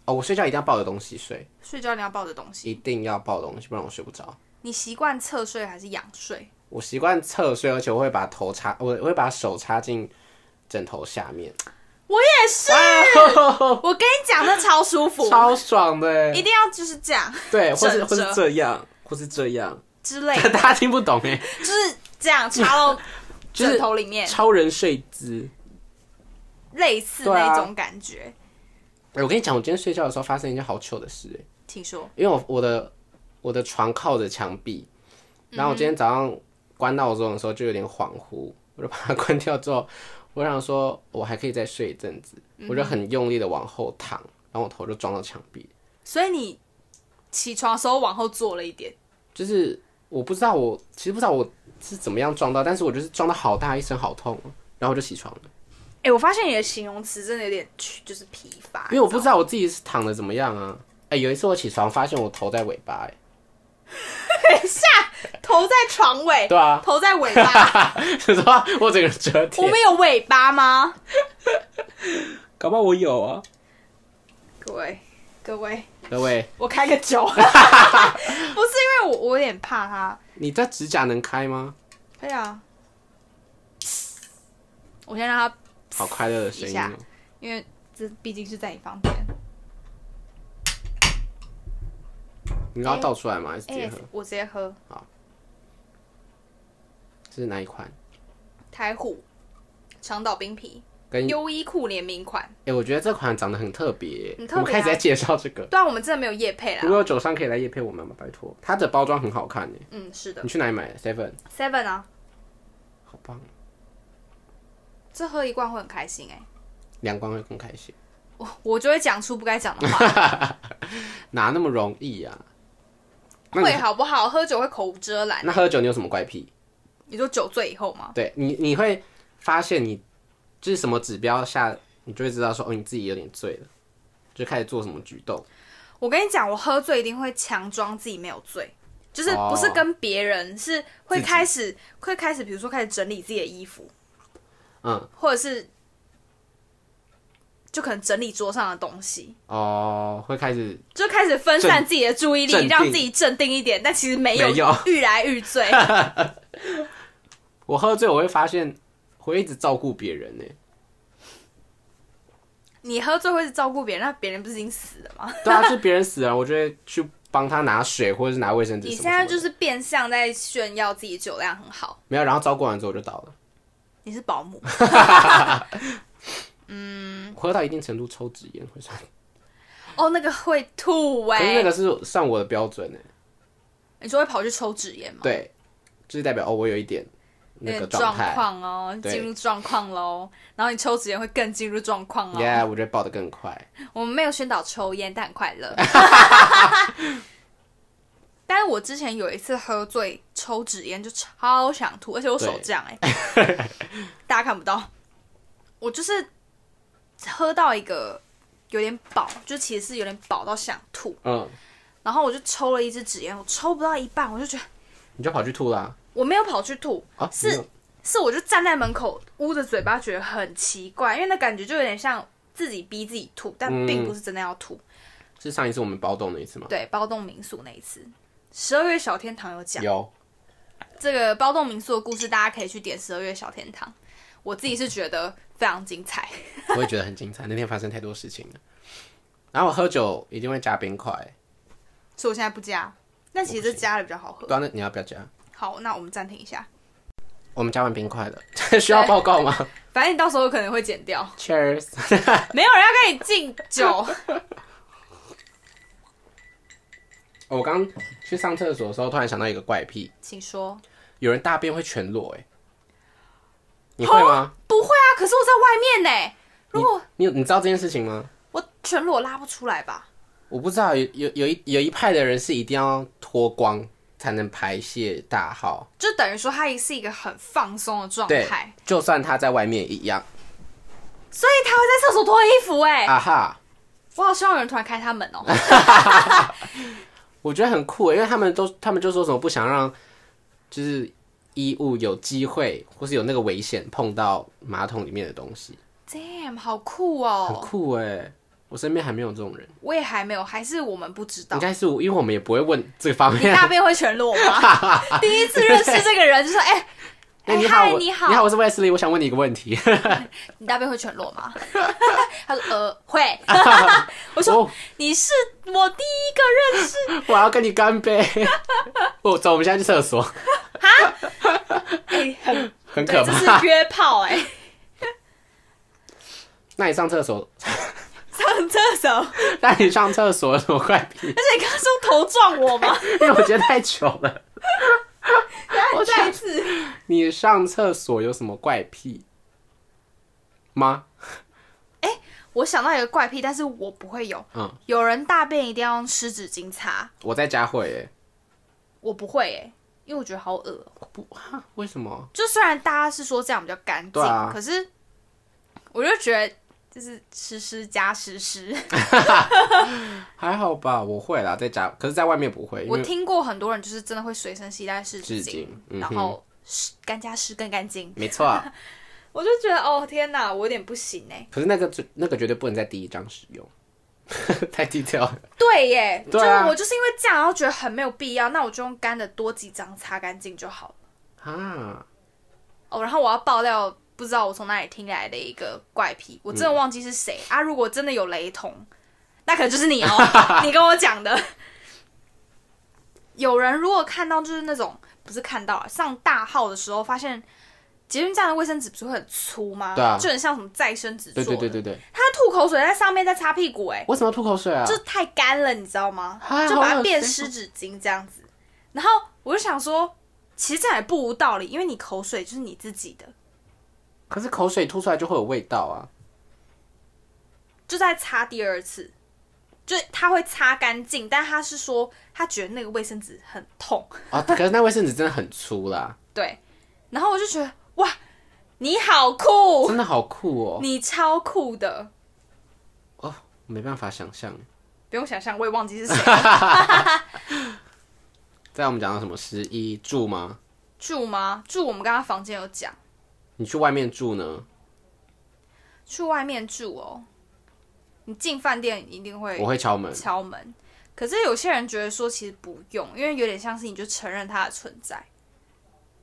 哦，我睡觉一定要抱着东西睡，
睡觉你要抱着东西，
一定要抱东西，不然我睡不着。
你习惯侧睡还是仰睡？
我习惯侧睡，而且我会把头插，我我会把手插进枕头下面，
我也 是，我跟你讲，那超舒服，
超爽的
一
欸。
定要就是这样
对，或是
枕
或是
着
这样，或是这样，
之类的，
大家听不懂哎，
就是这样插到
就是
枕头里面，
超人睡姿。
类似
对啊
那种感觉。
哎我跟你讲，我今天睡觉的时候发生一件好糗的事哎，
听说
因为我我的我的床靠着墙壁，然后我今天早上关闹钟的时候就有点恍惚，我就把它关掉之后，我想说我还可以再睡一阵子，我就很用力的往后躺，然后我头就撞到墙壁，
所以你起床的时候往后坐了一点，
就是我不知道我其实不知道我是怎么样撞到，但是我就是撞到好大一声好痛，然后我就起床了，
哎、我发现你的形容词真的有点去就是疲乏，
因为我不知道我自己是躺的怎么样啊。哎、有一次我起床发现我头在尾巴、哎，
头在床尾，
对啊，
头在尾 巴。
就是说我整个人折
我
叠，
们有尾巴吗？
搞不好我有啊。
各位，各位，
各位，
我开个 酒，不是因为我我有点怕它。
你的指甲能开吗？
可以啊，我先让它，
好快乐的声音、
一下
哦。
因为这毕竟是在你房间。
你要倒出来吗？还是直
哎、
接喝？
我直接喝
这是哪一款？
台虎长岛冰啤
跟哎、
优衣库联名款。
我觉得这款长得很特别、
很特别啊
我们开始在介绍这个。
对啊，我们真的没有夜配
如
啦。
果有酒商可以来夜配我们吗？拜托，它的包装很好看耶。欸
嗯，是的
你去哪里买的？Seven，
，Seven 啊，
好棒，哦
这喝一罐会很开心哎、
阳光会更开心。
我我就会讲出不该讲的话。
哪那么容易啊呀、 那
会
你
好不好？喝酒会口无遮拦。
那喝酒你有什么怪癖？
你说酒醉以后吗？
对你，你会发现你就是什么指标下，你就会知道说哦，你自己有点醉了，就开始做什么举动。
我跟你讲，我喝醉一定会强装自己没有醉，就是
哦
不是跟别人，是会
自己
开始会开始，比如说开始整理自己的衣服，
嗯，
或者是就可能整理桌上的东西，
哦，会开始
就开始分散自己的注意
镇
力，
定
让自己镇定一点。但其实没有，
没有
愈来愈 醉。
我喝醉，我会发现我会一直照顾别人呢、
你喝醉会是照顾别人，那别人不是已经死了吗？
对啊，就别人死了，我就会去帮他拿水或者是拿卫生纸
你
什么
现
什么的。
在就是变相在炫耀自己酒量很好，
没有，然后照顾完之后我就倒了，
你是保姆。
喝到一定程度抽纸烟会算，
哦，那个会吐哎、
可是那个是算我的标准呢、
哦你说会跑去抽纸烟吗？
对，就是代表哦，我有一点
有
那个
点状
态。
况哦，
对
进入状况喽。然后你抽纸烟会更进入状况哦。
Yeah，我觉得爆得更快。
我们没有宣导抽烟，但很快乐。 但是我之前有一次喝醉抽纸烟，就超想吐，而且我手这样哎、大家看不到，我就是喝到一个有点饱，就其实是有点饱到想吐，
嗯，
然后我就抽了一支纸烟，我抽不到一半，我就觉得
你就跑去吐啦、
我没有跑去吐，
啊？
是
你有
是我就站在门口捂着嘴巴，觉得很奇怪，因为那感觉就有点像自己逼自己吐，但并不是真的要吐。
是上一次我们包栋那一次吗？
对，包栋民宿那一次，十二月小天堂有讲
有，
这个包栋民宿的故事，大家可以去点十二月小天堂。我自己是觉得非常精彩，
我也觉得很精彩。那天发生太多事情了。然后我喝酒一定会加冰块，
所以我现在不加。但其实这加了比较好喝
不。然啊那你要不要加？
好，那我们暂停一下，
我们加完冰块了， 需要报告吗
反正你到时候有可能会剪掉，
？Cheers！
没有人要跟你敬酒。
哦我刚去上厕所的时候，突然想到一个怪癖，
请说。
有人大便会全裸、欸，哎，你会吗？
不会啊，可是我在外面呢。如果
你有你知道这件事情吗？
我全裸拉不出来吧？
我不知道，有有有一有一派的人是一定要脱光才能排泄大号，
就等于说它也是一个很放松的状
对
态，，
就算他在外面一样。
所以他会在厕所脱衣服、哎、
啊哈，
我好希望有人突然开他门哦、
我觉得很酷欸，因为他们都他们就说什么不想让就是衣物有机会或是有那个危险碰到马桶里面的东西，
Damn，好酷
很
哦、
酷哎、我身边还没有这种人，
我也还没有，还是我们不知道
应。该是我因为我们也不会问这方
你
面。
大便会全裸吗？ 第一次认识这个人就说：“哎、
那
哎
你
嗨
好，我
你
你好，
好，
我是 Wesley，我想问你一个问题。
你大便会全裸 吗？”他说：“呃，会。
啊
我说
哦，
你是我第一个 认识，
我要跟你干杯。 哦，走，我们现在去厕所，
哎、很对，
很可
这
怕
是。约炮哎、
那你上厕所，
上厕所，而
那你上厕所怎么快屁？
且你刚刚是用头撞我吗？
因为我觉得太糗了。
我再一次，
你上厕所有什么怪癖吗？
我想到一个怪癖，但是我不会有。
嗯，
有人大便一定要用湿纸巾擦，
我在家会耶。
我不会哎、因为我觉得好恶哦、
不啊？为什么？
就虽然大家是说这样比较干净，
对啊
可是我就觉得就是湿湿加湿湿。
还好吧，我会啦，在家，可是在外面不会，因
我
为
听过很多人就是真的会随身携带湿纸
纸巾嗯哼
然后湿干加湿更干净。
没错。啊
我就觉得哦天哪，我有点不行哎、
可是那个最那个绝对不能在第一张使用， 太低调了。
对耶，
对啊
就是我就是因为这样，然后觉得很没有必要，那我就用干的多几张擦干净就好了。
啊，
哦，然后我要爆料，不知道我从哪里听来的一个怪癖，我真
嗯
的忘记是谁、啊。如果真的有雷同，那可能就是你 哦，你跟我讲的。有人如果看到就是那种不是看到啊上大号的时候，发现捷运站的卫生纸不是会很粗吗？
对啊
就很像什么再生纸做
对
的。
对对对对，
他吐口水在上面，在擦屁股、哎，
为什么要吐口水啊？
就太干了，你知道吗
啊？
就
好
把
恶
它变
心
湿纸巾这样子。然后我就想说，其实这样也不无道理，因为你口水就是你自己的，
可是口水吐出来就会有味道啊。
就再擦第二次，就是他会擦干净，但他是说他觉得那个卫生纸很痛，
啊，可是那卫生纸真的很粗啦，
对。然后我就觉得哇，你好酷，
真的好酷哦。
你超酷的，
哦，没办法想象。
不用想象，我也忘记是谁。
在我们讲到什么十一住吗？
住吗？住我们刚刚房间有讲，
你去外面住呢？
去外面住哦。你进饭店一定会
我会敲门。
敲门。可是有些人觉得说其实不用，因为有点像是你就承认它的存在。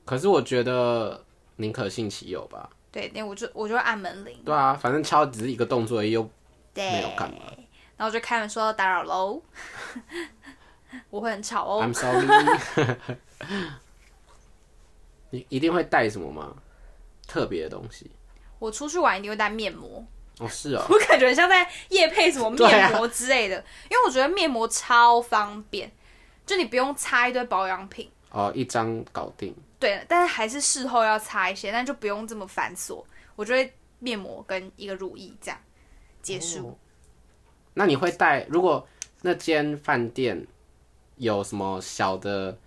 可是我觉得宁可信其有吧。
对，那我就我就会按门铃，
对啊，反正敲只是一个动作而已，又没有
对，
干嘛。
然后我就开门说打扰喽，我会很吵哦。
I'm sorry。你一定会带什么吗？特别的东西？
我出去玩一定会带面膜，
哦，是哦，
我感觉很像在夜配什么
对啊
面膜之类的，因为我觉得面膜超方便，就你不用擦一堆保养品。
哦，一张搞定。
对，但是还是事后要擦一些，但就不用这么繁琐。我就会面膜跟一个乳液这样结
哦
束。
那你会带？如果那间饭店有什么小的，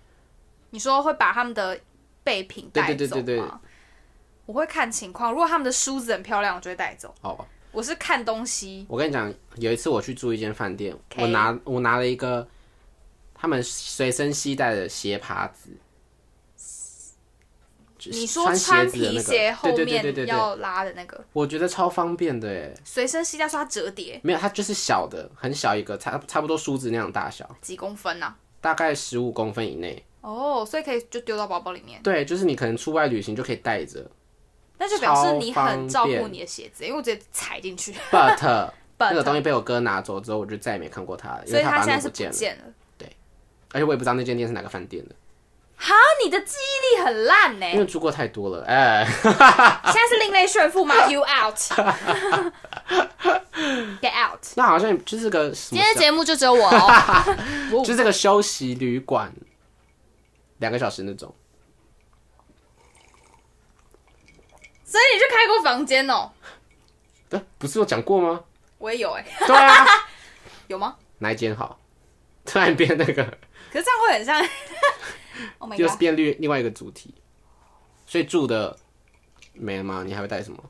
你说会把他们的备品带走吗？
对对对对对
我会看情况，如果他们的梳子很漂亮，我就会带走。
好吧？
我是看东西，
我跟你讲，有一次我去住一间饭店
OK
我拿我拿了一个他们随身携带的鞋耙子。就是
你说
穿
穿
鞋子的
皮
那个
鞋后
对对对对
面
对对，
要拉的那个
我觉得超方便的哎，
随身携带，说它折叠
没有，它就是小的，很小一个，差差不多梳子那样大小，
几公分呐、
大概十五公分以内。
哦，所以可以就丢到包包里面，
对，就是你可能出外旅行就可以带着
那就表示
超
你很照顾
方便
你的鞋子，因为我直接踩进去，
，but 那个
But-
东西被我哥拿走之后，我就再也没看过它了，因
所
为
以
他
它
把
现
它
在
弄
是
不
不
见了，
见了。
而且我也不知道那间店是哪个饭店的，
哈，你的记忆力很烂呢、
因为住过太多了，哎。
现在是另类炫富吗？You out，get out。
那好像就是个什
今
么
天的节目就只有我哦。
小，就是个休息旅馆，两个小时那种。
所以你就开过房间哦？
对，呃不是有讲过吗？
我也有哎、
对啊，
有吗？
哪一间好？突然变那个，
可是这样会很像 ，Oh my
又是
god！
变另另外一个主题。所以住的没了吗？你还会带什么？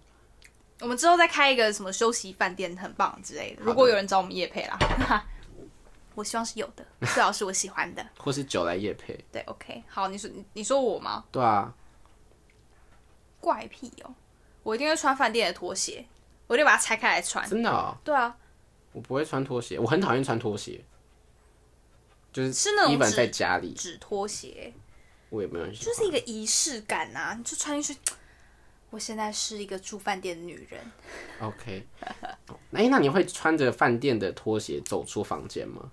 我们之后再开一个什么休息饭店，很棒之类的。如果有人找我们夜配啦， 我希望是有的，最好是我喜欢的。
或是酒来夜配？
对，OK，好，你说你你说我吗？
对啊，
怪癖哦，我一定会穿饭店的拖鞋，我一定把它拆开来穿。
真的、哦。
对啊，
我不会穿拖鞋，我很讨厌穿拖鞋，就是
是那种
一本
纸
在家里，
纸拖鞋，
我也没有很喜
就
欢。
是一个仪式感呐、你就穿进去。我现在是一个住饭店的女人，
OK，哎、 那你会穿着饭店的拖鞋走出房间吗？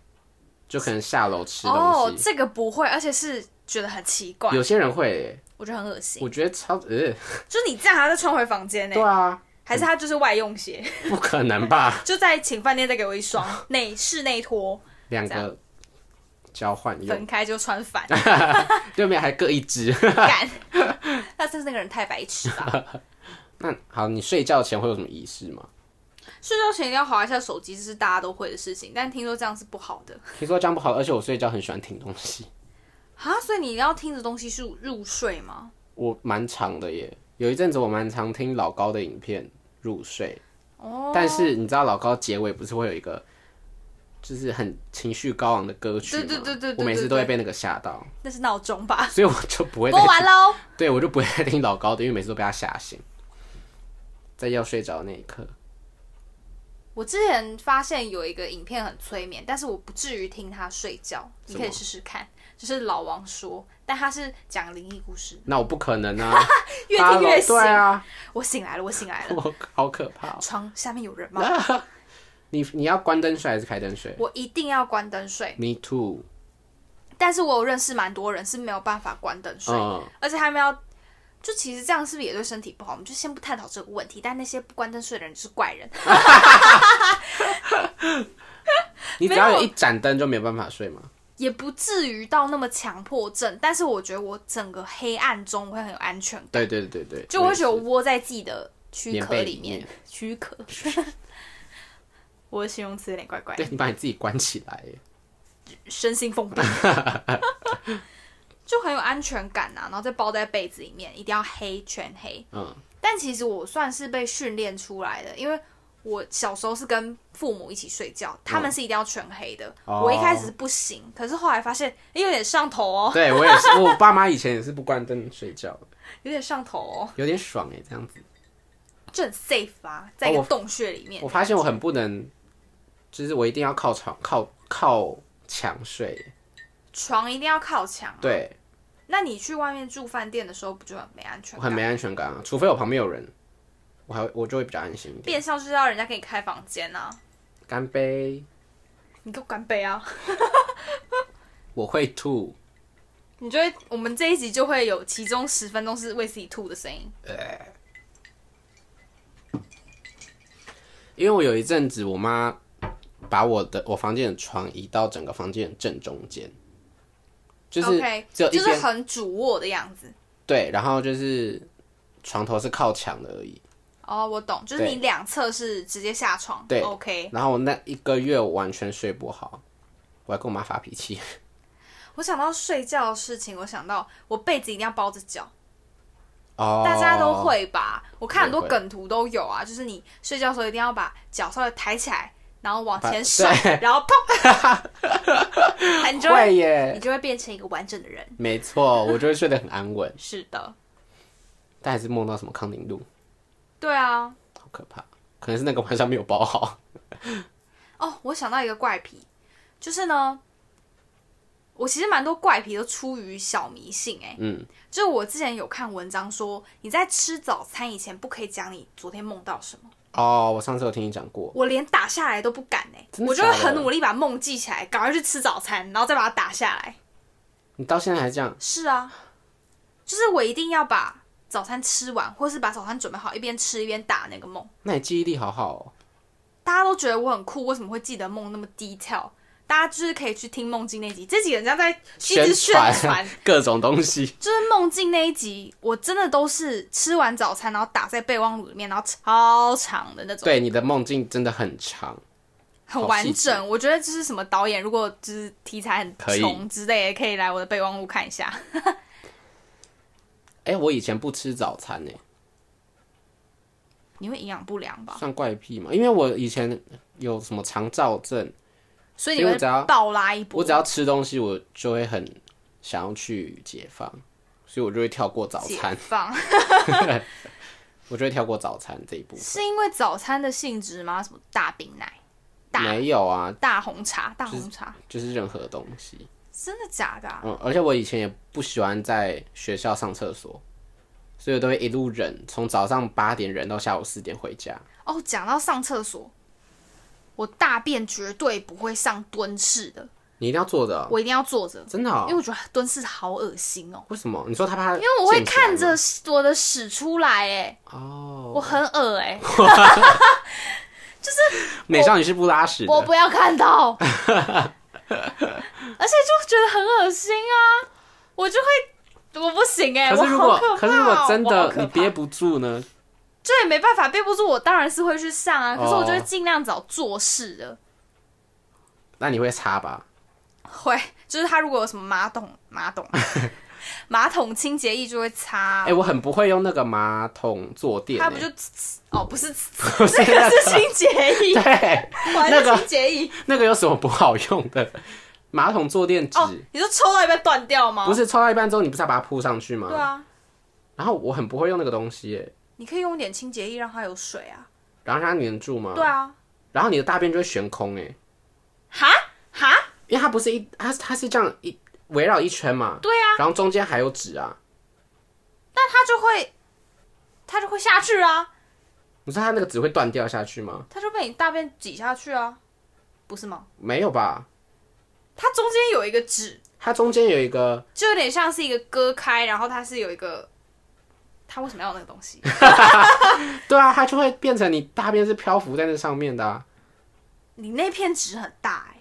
就可能下楼吃
哦
东，西。
这个不会，而且是觉得很奇怪，
有些人会耶、
我觉得很恶心。
我觉得超呃，
就是你这样，还要再穿回房间呢、
对啊，
还是他就是外用鞋，
不可 能吧？
就在请饭店再给我一双 内室内拖，
两个交换用，
分开就穿 反，
对面还各一只。
干。 那真是那个人太白痴吧？
那好，你睡觉前会有什么仪式吗？
睡觉前一定要划一下手机，这是大家都会的事情，但听说这样是不好的
听说这样不好，而且我睡觉很喜欢听东西，
啊。所以你要听着东西入入睡吗？
我蛮长的耶。有一阵子我蛮常听老高的影片入睡，
哦，
但是你知道老高结尾不是会有一个，就是很情绪高昂的歌曲吗？
对对对对对
我每次都会被那个吓到，
那是闹钟吧？
所以我就不会再
播完喽。
对我就不会再听老高的，因为每次都被他吓醒，在要睡着的那一刻。
我之前发现有一个影片很催眠，但是我不至于听他睡觉，你可以试试看。就是老王说，但他是讲灵异故事，
那我不可能啊，
越听越醒。
对啊，
我醒来了，我醒来了，
我好可怕哦、
床下面有人吗？
你你要关灯睡还是开灯睡
我一定要关灯睡，
？Me too。
但是我有认识蛮多人是没有办法关灯睡，
嗯，
而且他们要。就其实这样是不是也对身体不好？我们就先不探讨这个问题。但那些不关灯睡的人就是怪人，
你只要有一盏灯就没有办法睡吗？
也不至于到那么强迫症。但是我觉得我整个黑暗中我会很有安全感。
对对对对，
就我
也
会
是
觉得窝在自己的躯
棉
壳
被
里
里面
面，躯 壳。 我的形容词有点怪怪，
对你把你自己关起来耶。
身心封闭，就很有安全感啊呐、然后再包在被子里面，一定要黑全黑。
嗯，
但其实我算是被训练出来的，因为我小时候是跟父母一起睡觉，他们是一定要全黑的。
嗯哦
我一开始是不行，可是后来发现诶有点上头哦，
对我也是，我爸妈以前也是不关灯睡觉的，
有点上头哦，
有点爽哎，这样子。
就很 safe 啊，在一
哦
个
我
洞穴里面。
我发现我很不能，就是我一定要靠床靠靠墙睡耶。
床一定要靠墙、啊。
对，
那你去外面住饭店的时候，不就很没安全
我
感？
很没安全感啊，除非我旁边有人，我还会我就会比较安心一点。
变相就是要人家给你开房间啊，
干杯，
你给我干杯啊！
我会吐。
你就会，我们这一集就会有其中十分钟是为自己吐的声音。
因为我有一阵子，我妈把我的我房间的床移到整个房间的正中间，就是
OK，
只有一
就
边、
是很主卧的样子。
对，然后就是床头是靠墙的而已。
哦，我懂，就是你
对
两侧是直接下床。
对
o k
然后我那一个月我完全睡不好，我还跟我妈发脾气。
我想到睡觉的事情，我想到我被子一定要包着脚，
哦，
大家都。会吧？我看很多
我也会
梗图都有啊，就是你睡觉的时候一定要把脚稍微抬起来，然后往前
把
甩， 然后砰，啊你就会
会耶，
你就会变成一个完整的人。
没错，我就会睡得很安稳，
是的，
但还是梦到什么康宁路，
对啊。
好可怕，可能是那个晚上没有包好。
哦，我想到一个怪癖，就是呢，我其实蛮多怪癖都出于小迷信、欸。哎，
嗯，
就是我之前有看文章说，你在吃早餐以前不可以讲你昨天梦到什么。
哦，我上次有听你讲过，
我连打下来都不敢哎、
真的
我就会
假的
很努力把梦记起来，赶快去吃早餐，然后再把它打下来。
你到现在还这样，
是啊，就是我一定要把早餐吃完，或是把早餐准备好，一边吃一边打那个梦。
那你记忆力好好哦。
大家都觉得我很酷，为什么会记得梦那么 detail？大家就是可以去听梦境那集，这几个人家在一直宣传，
各种东西，
就是梦境那一集，我真的都是吃完早餐，然后打在备忘录里面，然后超长的那种，
对你的梦境真的很长，
很
好
完
细致
整。我觉得就是什么导演，如果就是题材很
可以
穷之类的，可以来我的备忘录看一下。
哎、我以前不吃早餐呢、
你会营养不良吧？
算怪癖嘛？因为我以前有什么肠燥症，
所以你
因为
会
我只要
暴拉一波。
我只要吃东西，我就会很想要去解放，所以我就会跳过早餐
解，放
我就会跳过早餐这一步。
是因为早餐的性质吗？什么大冰奶？大
没有啊，
大红茶，大红茶，
就是任何东西。
真的假的啊？
嗯，而且我以前也不喜欢在学校上厕所，所以我都会一路忍，从早上八点忍到下午四点回家。
哦，讲到上厕所，我大便绝对不会上蹲式的，
你一定要坐着哦、
我一定要坐着，
真的、哦
因为我觉得蹲式好恶心哦，
为什么？你说他怕？因
因为我会看着我的屎出来，哎，
哦，
我很恶哎、
美少女是不拉屎
我
的，
不要看 到，而且就觉得很恶心啊，我就会，我不行哎、
可
我
是如
好
果
可怕、哦。
可是如果真
我好
的
可
你
怕
憋不住呢？
这也没办法，憋不住我当然是会去上啊，可是我
哦
就会尽量找做事的，
那你会擦吧？
会就是他如果有什么马桶马 桶马桶清洁液就会擦啊，
哎、我很不会用那个马桶坐垫、欸，
他不就呲呲哦不是呲
不是
那个是清洁液，
对，
我还
那
是
个
清洁液
那个有什么不好用的？马桶坐垫纸、
哦，你说抽到一半断掉吗？
不是抽到一半之后，你不是要把它铺上去吗？
对啊，
然后我很不会用那个东西、欸，
你可以用一点清洁液让它有水啊，
然后让它粘住嘛。
对啊，
然后你的大便就会悬空、欸，
哈哈，
因为它不是一，它它是这样一围绕一圈嘛。
对啊，
然后中间还有纸啊，
那它就会它就会下去啊，
你说它那个纸会断掉下去吗？
它就被你大便挤下去啊，不是吗？
没有吧？
它中间有一个纸。
它中间有一个，
就有点像是一个割开，然后它是有一个，它为什么要有那个东西？
对啊，它就会变成你大便是漂浮在那上面的、啊。
你那片纸很大哎、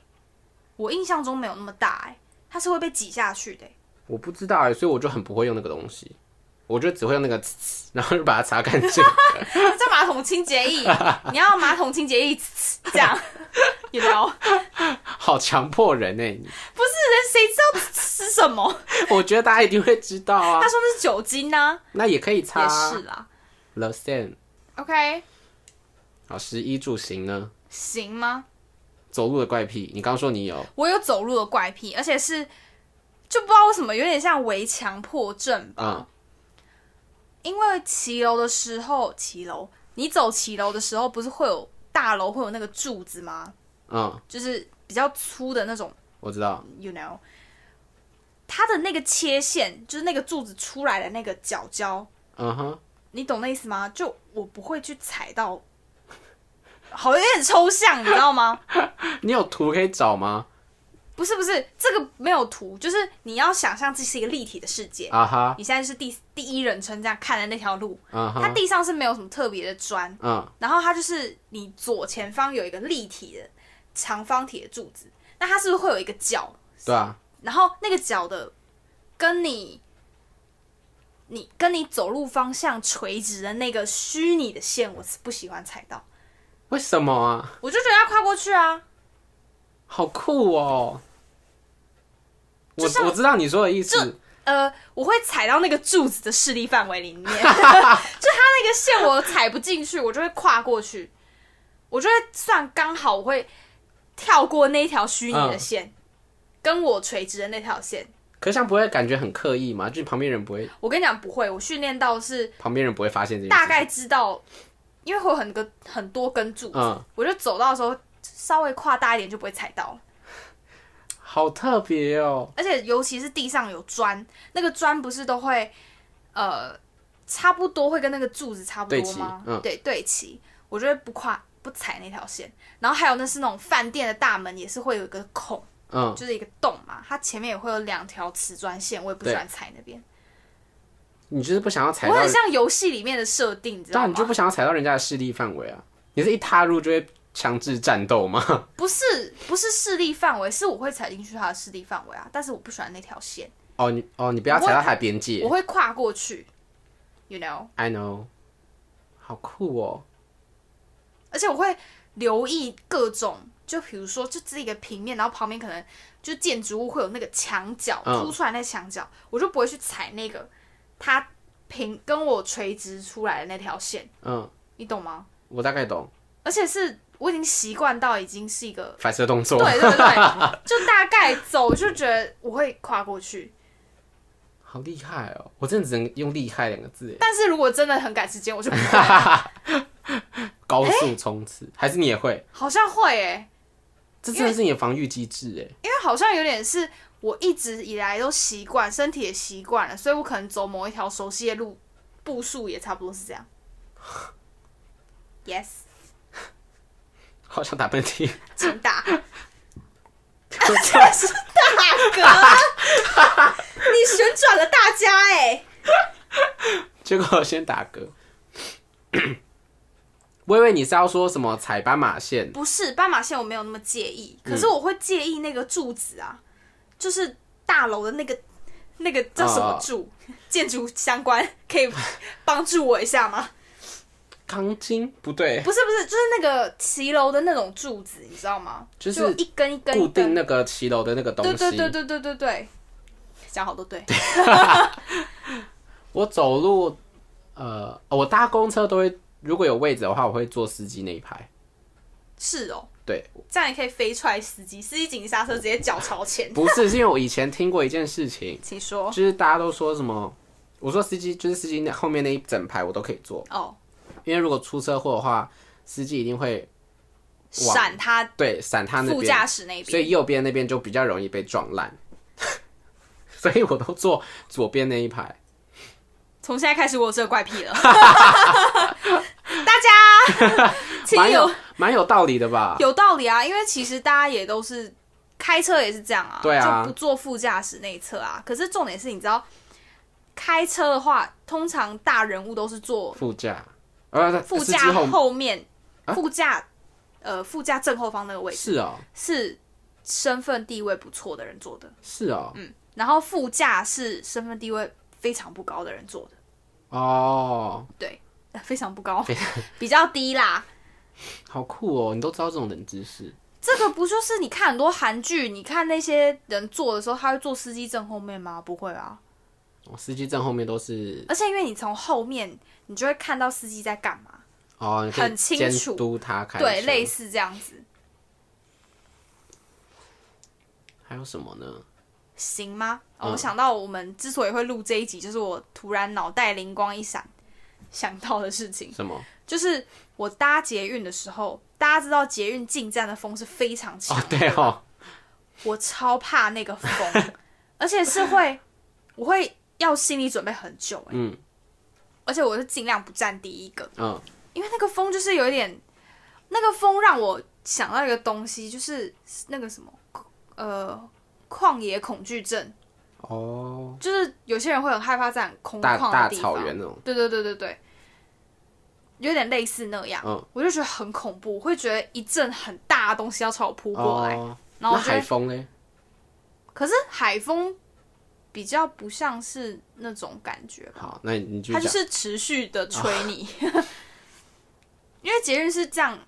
我印象中没有那么大哎、它是会被挤下去的欸、
我不知道哎、所以我就很不会用那个东西，我就只会用那个呲呲，然后就把它擦 干净。
它叫马桶清洁液，你要马桶清洁液呲呲这样，你聊
好强迫人哎、你
不是人谁知道呲是什么？
我觉得大家一定会知道啊
他。说那是酒精呢、
那也可以
也
擦。
是啦。
The same。
OK，
好，食衣住行呢？
行吗？
走路的怪癖，你刚说你有，
我有走路的怪癖，而且是就不知道为什么有点像围强迫症吧。
嗯，
因为骑楼的时候，骑楼你走骑楼的时候，不是会有大楼会有那个柱子吗？
嗯，
就是比较粗的那种
我知道，
，you know，它的那个切线，就是那个柱子出来的那个角角，
嗯哼，
你懂那意思吗？就我不会去踩到，好有点抽象，你知道吗？
你有图可以找吗？
不是不是，这个没有图，就是你要想象这是一个立体的世界。
啊哈，
你现在是第第一人称这样看的那条路，
嗯
它
哼，
地上是没有什么特别的砖，
嗯，
然后它就是你左前方有一个立体的长方体的柱子，那它是不是会有一个角？
对啊，
然后那个角的跟你你跟你走路方向垂直的那个虚拟的线，我是不喜欢踩到，
为什么啊？
我就觉得要跨过去啊。
好酷哦！我
就像
我知道你说的意思，
呃，我会踩到那个柱子的视力范围里面， 就它那个线我踩不进去，我就会跨过去，我就会算刚好我会跳过那一条虚拟的
嗯
线，跟我垂直的那条线。
可是这样不会感觉很刻意吗？就是旁边人不会，
我跟你讲不会，我训练到是
旁边人不会发现这件事
大概知道，因为会有很个很多根柱子，
嗯
我就走到的时候稍微跨大一点就不会踩到了，
好特别哦。
而且尤其是地上有砖，那个砖不是都会呃差不多会跟那个柱子差不
对
多
齐
吗？
嗯
对对齐，我就会不跨不踩那条线，然后还有那是那种饭店的大门也是会有一个孔，
嗯，
就是一个洞嘛，它前面也会有两条瓷砖线，我也不喜欢踩那边，
你就是不想要踩
我
到
很
人，
像游戏里面的设定，你知道
那
吗？
你就不想要踩到人家的势力范围啊？你是一踏入就会强制战斗吗？
不是不是视力范围，是我会踩进去它的视力范围啊，但是我不喜欢那条线，
哦，你哦，你不要踩到他的边界
我。会跨过去，you know，
I know，好酷哦。
而且我会留意各种，就比如说就这一个平面，然后旁边可能就建筑物会有那个墙角
嗯
凸出来那墙角，我就不会去踩那个它平跟我垂直出来的那条线，
嗯，
你懂吗？
我大概懂
而且是我已经习惯到已经是一个
反射动作。
对对 对，就大概走就觉得我会跨过去。
好厉害哦！我真的只能用“厉害”两个 字耶，
但是如果真的很赶时间，我就不会。
高速冲刺，还是你也会？
好像会诶、欸
这真的是你的防御机制哎。
因为好像有点是我一直以来都习惯，身体也习惯了，所以我可能走某一条熟悉的路，步数也差不多是这样。yes，
好想打喷 嚏，
请打。这是大哥，你旋转了大家哎、
结果我先打嗝。 我以为你是要说什么踩斑马线，
不是斑马线，我没有那么介意，可是我会介意那个柱子啊，就是大楼的那个那个叫什么柱？ 建筑相关可以帮助我一下吗？
钢筋不对，
不是不是，就是那个骑楼的那种柱子，你知道吗？
就是
一根一根
固
一
定
根，
那个骑楼的那个东
对
西。
对对对对对对，讲好多对，
我走路，呃，我搭公车都会，如果有位置的话，我会坐司机那一排。
是哦，
对，
这样也可以飞踹司机，司机紧急刹车，直接脚朝前，
不是，是因为我以前听过一件事情，
请说
就是大家都说什么，我说司机就是司机那后面那一整排我都可以坐，
哦，
因为如果出车祸的话，司机一定会往
闪他
对闪他那
副
边
驾，驶那
所
边，
以右边那边就比较容易被撞烂， 所以我都坐左边那一排。
从现在开始，我有这个怪 癖了。大家， 请
蛮
有
有蛮有道理的吧？
有道理啊，因为其实大家也都是开车也是这样啊，
对啊
就不坐副驾驶那一侧啊。可是重点是，你知道，开车的话，通常大人物都是坐
副驾，呃，
副
是
驾
之后
后面，副驾呃副驾正后方那个位置
是哦，
是身份地位不错的人坐的，
是哦，
嗯，然后副驾是身份地位非常不高的人坐的。
哦，
对，呃非常不高，比较低啦。
好酷哦！你都知道这种冷知识，
这个不就是你看很多韩剧，你看那些人坐的时候，他会坐司机正后面吗？不会啊。
哦、司机站后面都是
而且因为你从后面，你就会看到司机在干嘛，
哦，你可以
很清
监
楚
督他开车。
对，类似这样子，
还有什么呢？
行吗？
嗯
哦我想到我们之所以会录这一集，就是我突然脑袋灵光一闪想到的事情，
什么？
就是我搭捷运的时候，大家知道捷运进站的风是非常强
哦
的，，
对哦，
我超怕那个 风，而且是会，我会要心理准备很久、欸，
嗯
而且我是尽量不站第一个，
嗯，
因为那个风就是有一点，那个风让我想到一个东西，就是那个什么，呃，旷野恐惧症，
哦，
就是有些人会很害怕在很空
大
旷
大
的地
草
方，
原那种，
对对对对对，有点类似那样，
嗯
我就觉得很恐怖，我会觉得一阵很大的东西要朝我扑过来，
哦，
然后
那
我就会
海风嘞？
可是海风比较不像是那种感觉，
好，那你你继续
它
讲。
就是啊持续的吹你， 因为节日是这样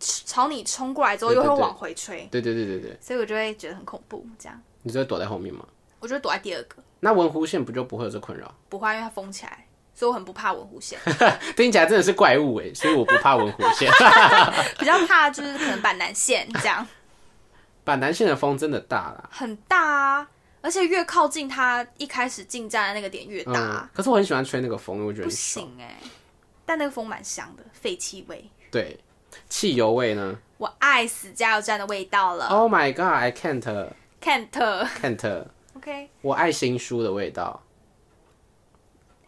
朝你冲过来之后
对
又
对
会
对
往回吹，
对对对对对，
所以我就会觉得很恐怖。这样，
你就会躲在后面嘛。
我就会躲在第二个，
那文湖线不就不会有这困扰？
不怕，因为它封起来，所以我很不怕文湖 线，
听起来真的是怪物哎，所以我不怕文湖线。
比较怕就是可能板南线这样
板南线的风真的大啦，
很大啊，而且越靠近它一开始进站的那个点越大啊、
嗯，可是我很喜欢吹那个风，我觉得
不
很爽。
行哎、但那个风蛮香的，废气味，
对，汽油味呢
我爱死加油站的味道了。
？Oh my god, I can't
Kent。
can't，
OK，
我爱新书的味道。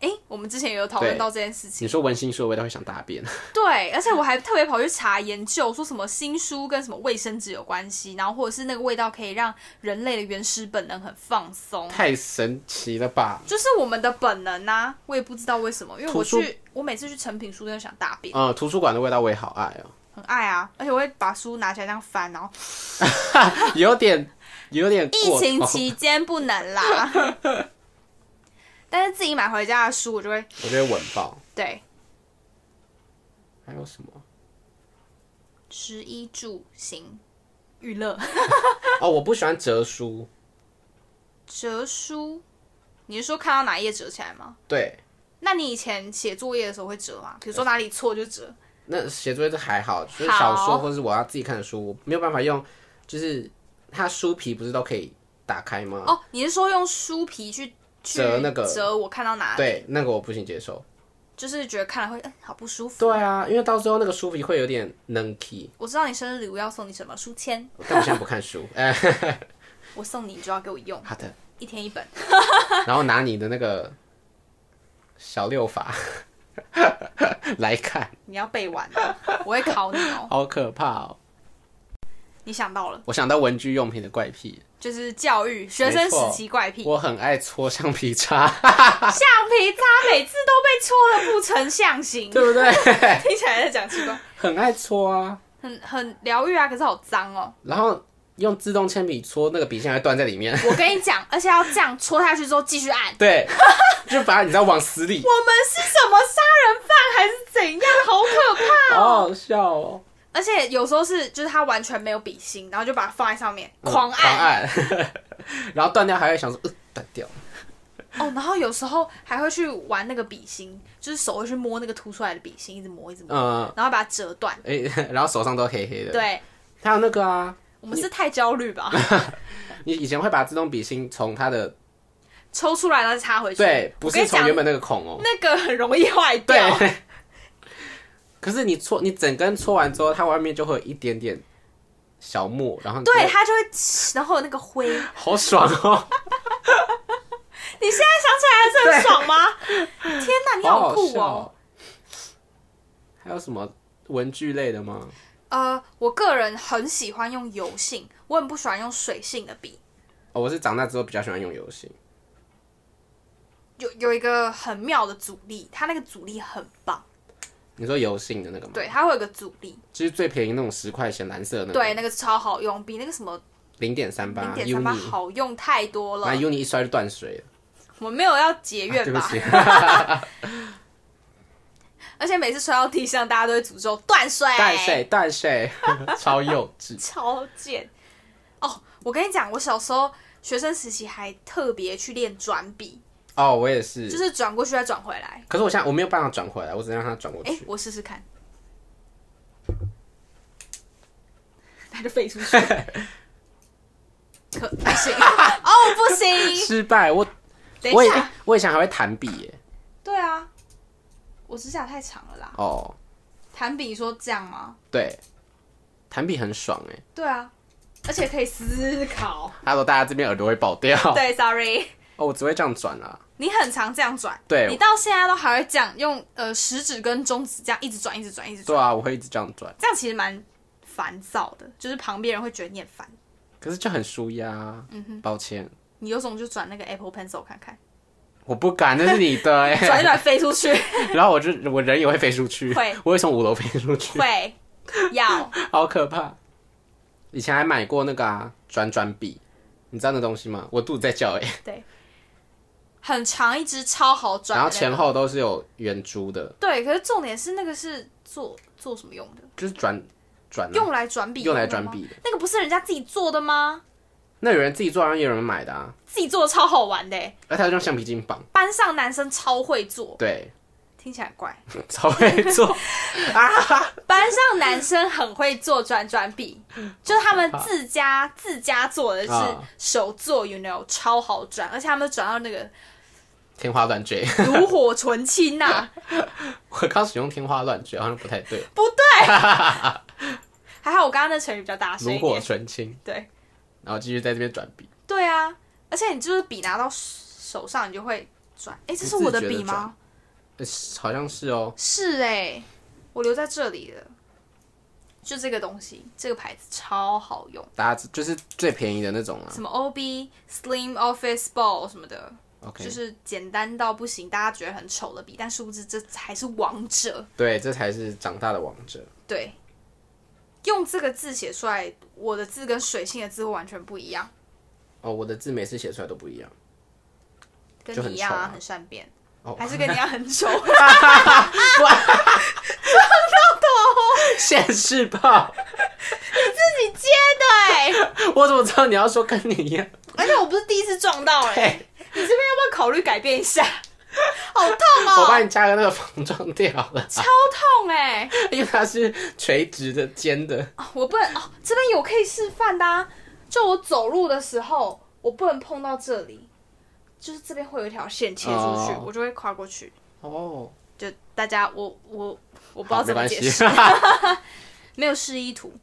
哎、我们之前也有讨论到这件事情。
你说闻新书的味道会想大便，
对，而且我还特别跑去查研究，说什么新书跟什么卫生纸有关系，然后或者是那个味道可以让人类的原始本能很放松，
太神奇了吧？
就是我们的本能呐、我也不知道为什么，因为我
图书
去，我每次去成品书店想大便，
呃，图书馆的味道我也好爱哦、
很爱啊，而且我会把书拿起来这样翻，然后
有点有点
疫
过哦头
情期间不能啦。 但是自己买回家的书，我就会
我觉得吻爆。
对
还有什么？
食衣住行娱乐。
哦，我不喜欢折书，
折书，你是说看到哪一页折起来吗？
对，
那你以前写作业的时候会折
呃
吗？比如说哪里错就折，
那写作业这还好，就是
好
小说或是我要自己看的书，我没有办法用，就是它书皮不是都可以打开吗？
哦，你是说用书皮去去
呃折那个啊
折我看到哪里？
对，那个我不行接受。
就是觉得看了会嗯好不舒服。
对啊，因为到最后那个书皮会有点能 key，
我知道你生日礼物要送你什么书签，
但我现在不看 书。哎、
我送你你就要给我用，
好的，
一天一本。
然后拿你的那个小六法 来看，
你要背完哦，我会考你 哦。
好可怕哦！
你想到了，
我想到文具用品的怪癖，
就是教育学生时期怪癖，
我很爱搓橡皮擦，
橡皮擦每次都被戳的不成象形，
对不对？
听起来在讲奇怪，
很爱搓啊，
很很疗愈啊，可是好脏哦。
然后用自动铅笔搓，那个笔芯还会断在里面。
我跟你讲，而且要这样戳下去之后继续按。
对，就把你知道往死里，
我们是什么杀人犯还是怎样？好可怕！
好好笑哦，
而且有时候是就是他完全没有笔芯，然后就把它放在上面
嗯
狂
狂
按。
按， 然后断掉还会想说，呃，断掉，
哦，然后有时候还会去玩那个笔芯，就是手会去摸那个凸出来的笔芯，一直摸一直摸，
嗯，
然后把它折断。
哎、 然后手上都黑黑的。，
对，
还有那个啊，
我们是太焦虑 吧？
你以前会把自动笔芯从它的
抽出来然后插回去，
对，
我
不
跟
是
你
从
讲，
原本那个孔哦、
那个很容易坏
对
掉。。
可是你搓，你整根搓完之后，它外面就会有一点点小沫，然后你
对，
就会，
它就会，然后有那个 灰，你
好爽哦、
现在想起来还是很爽吗？天哪，你
好好
酷
笑
哦！
哦。还有什么文具类的吗？
呃，我个人很喜欢用油性，我很不喜欢用水性的笔。
哦，我是长大之后比较喜欢用游戏，
有有一个很妙的阻力，它那个阻力很棒，
你说油性的那个吗？，
对，它会有个阻力，
就是最便宜那种十块钱蓝色的那个，
对，，那个超好用，比那个什么
零点三
零
八
点三八
，uni，
好用太多了
买。uni 一摔就断水了，啊
我没有要结
对
怨
不
吧，
起。
而且每次摔到地上，大家都会诅咒断水，
淡
哎
水，淡水， 超幼 稚。
超贱。哦，我跟你讲，我小时候学生时期还特别去练转笔，
哦，我也是，
就是转过去再转回来。
可是我现在我没有办法转回来，我只能让它转过
哎、
去。
我试试看，它就飞出去。可不行哦，不行！
失败，我
等
我
一
以
下，
我以前还会弹笔耶。
对啊，我指甲太长了啦。
哦，
弹笔说这样吗？
对，弹笔很爽哎。
对啊，而且可以思考。
他说大家这边耳朵会爆掉。
对，sorry，
哦，我只会这样转啊。
你很常这样转，
对
你到现在都还会这样用呃食指跟中指这样一直转，一直转，一直转，
对啊，我会一直这样转，
这样其实蛮烦躁的，就是旁边人会觉得你很烦。
可是就很舒压。啊
嗯
抱歉，
你有种就转那个 Apple Pencil 看 看，
我不敢，那是你的
转一
哎。
转飞出 去，
然后我就我人也会飞出去，
会
我会从五楼飞出去，
会要
好可怕。以前还买过那个啊转转笔，你知道那东西吗？我肚子在叫哎。
很长一支超好转
然
的那
后
个、
前后都是有圆珠的，
对，可是重点是那个是做做什么用的？
就是转转、啊、
用来转笔的
用
吗，
来转笔的。
那个不是人家自己做的吗？
那有人自己做，然后也有人买的啊。
自己做的超好玩的欸，
而他就用橡皮筋绑，
班上男生超会做，
对，
听起来很怪。
超会做。 啊
班上男生很会做转转笔，就是他们自家自家做的是
啊
手做，you know，超好转，而且他们转到那个
天花乱坠，
炉火纯青呐、
我刚使用天花乱坠好像不太对，
不对，还好我刚刚那成语比较大声
炉
一
火
点。
纯青。
对
然后继续在这边转笔，
对啊，而且你就是笔拿到手上，你就会转。哎、这是我的笔吗？
呃好像是哦。
是哎、我留在这里了。就这个东西，这个牌子超好用，
大家知就是最便宜的那种啊。
什么 OB Slim Office Ball 什么的。
OK，
就是简单到不行，大家觉得很丑的笔，但殊不知这才是王者。
对，这才是长大的王者。
对，用这个字写出来，我的字跟水性的字会完全不一样，
哦，我的字每次写出来都不一样。
跟
就很
你一样啊，
丑啊
很善变，
哦，
还是跟你一样很 丑。
现世报，
你接的哎、
我怎么知道你要说跟你一样？
而且我不是第一次撞到 哎、
对，
你这边要不要考虑改变一 下？好痛
我
哦、
帮你加个那个防撞掉了。
超痛哎、
因为它是垂直的、尖的，
啊我不能哦，这边有可以示范的、啊，就我走路的时候，我不能碰到这里，就是这边会有一条线切出去，
哦
我就会跨过去。
哦，
就大家我我我不知
好
道
没
怎么
关
解
系
释，。没有示意图。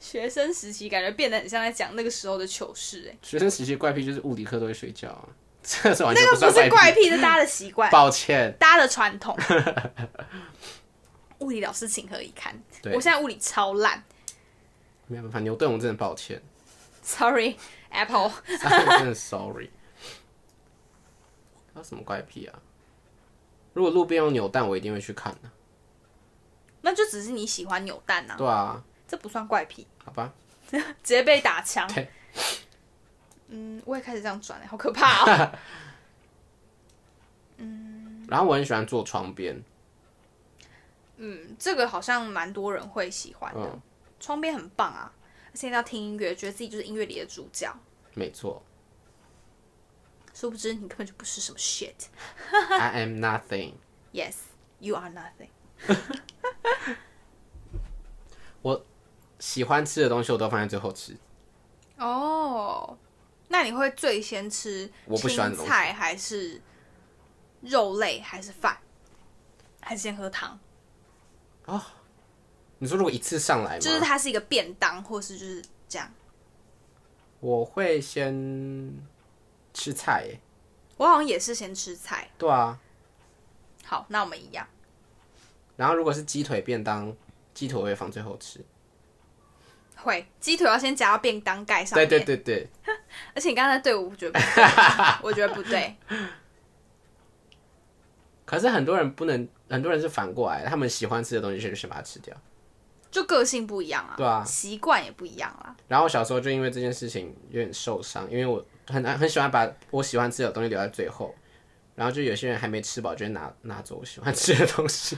学生时期感觉变得很像在讲那个时候的糗事、欸，
学生时期怪癖就是物理课都会睡觉啊，这是完全
那个
算
不是怪。
怪
癖，是大家的习 惯，
抱歉，
大家的传 统。物理老师情何以堪？
对
我现在物理超烂
没有办法，牛顿我真的抱歉，
，sorry Apple。
真的 sorry。还有什么怪癖啊？如果路边有扭蛋，我一定会去看的、
那就只是你喜欢扭蛋呐、
对啊，
这不算怪癖，
好吧，
直接被打枪
对。
嗯，我也开始这样转了、好可怕哦！
然后我很喜欢坐窗边，
嗯，这个好像蛮多人会喜欢的，
嗯，
窗边很棒啊，而且要听音乐，觉得自己就是音乐里的主角，
没 错
殊不知你根本就不是什么 shit。
，I am nothing。
Yes, you are nothing。
喜欢吃的东西我都放在最后吃，
哦、那你会最先吃
我不喜欢的
青
东西
菜还是肉类还是饭，还是先喝汤？
你说如果一次上来吗？
就是它是一个便当，或是就是这样。
我会先吃菜耶，
我好像也是先吃菜。
对啊。
好，那我们一样。
然后如果是鸡腿便当，鸡腿我会放最后吃。
会鸡腿要先夹到便当盖上
对
面，
对对对，
而且你刚才对我觉得不 对，我觉得不对，
可是很多人不能，很多人是反过来，他们喜欢吃的东西就是先把它吃掉。
就个性不一样啊，
对啊
习惯也不一样啊啦。
然后我小时候就因为这件事情有点受伤，因为我很很喜欢把我喜欢吃的东西留在最后，然后就有些人还没吃饱就会拿拿走我喜欢吃的东 西。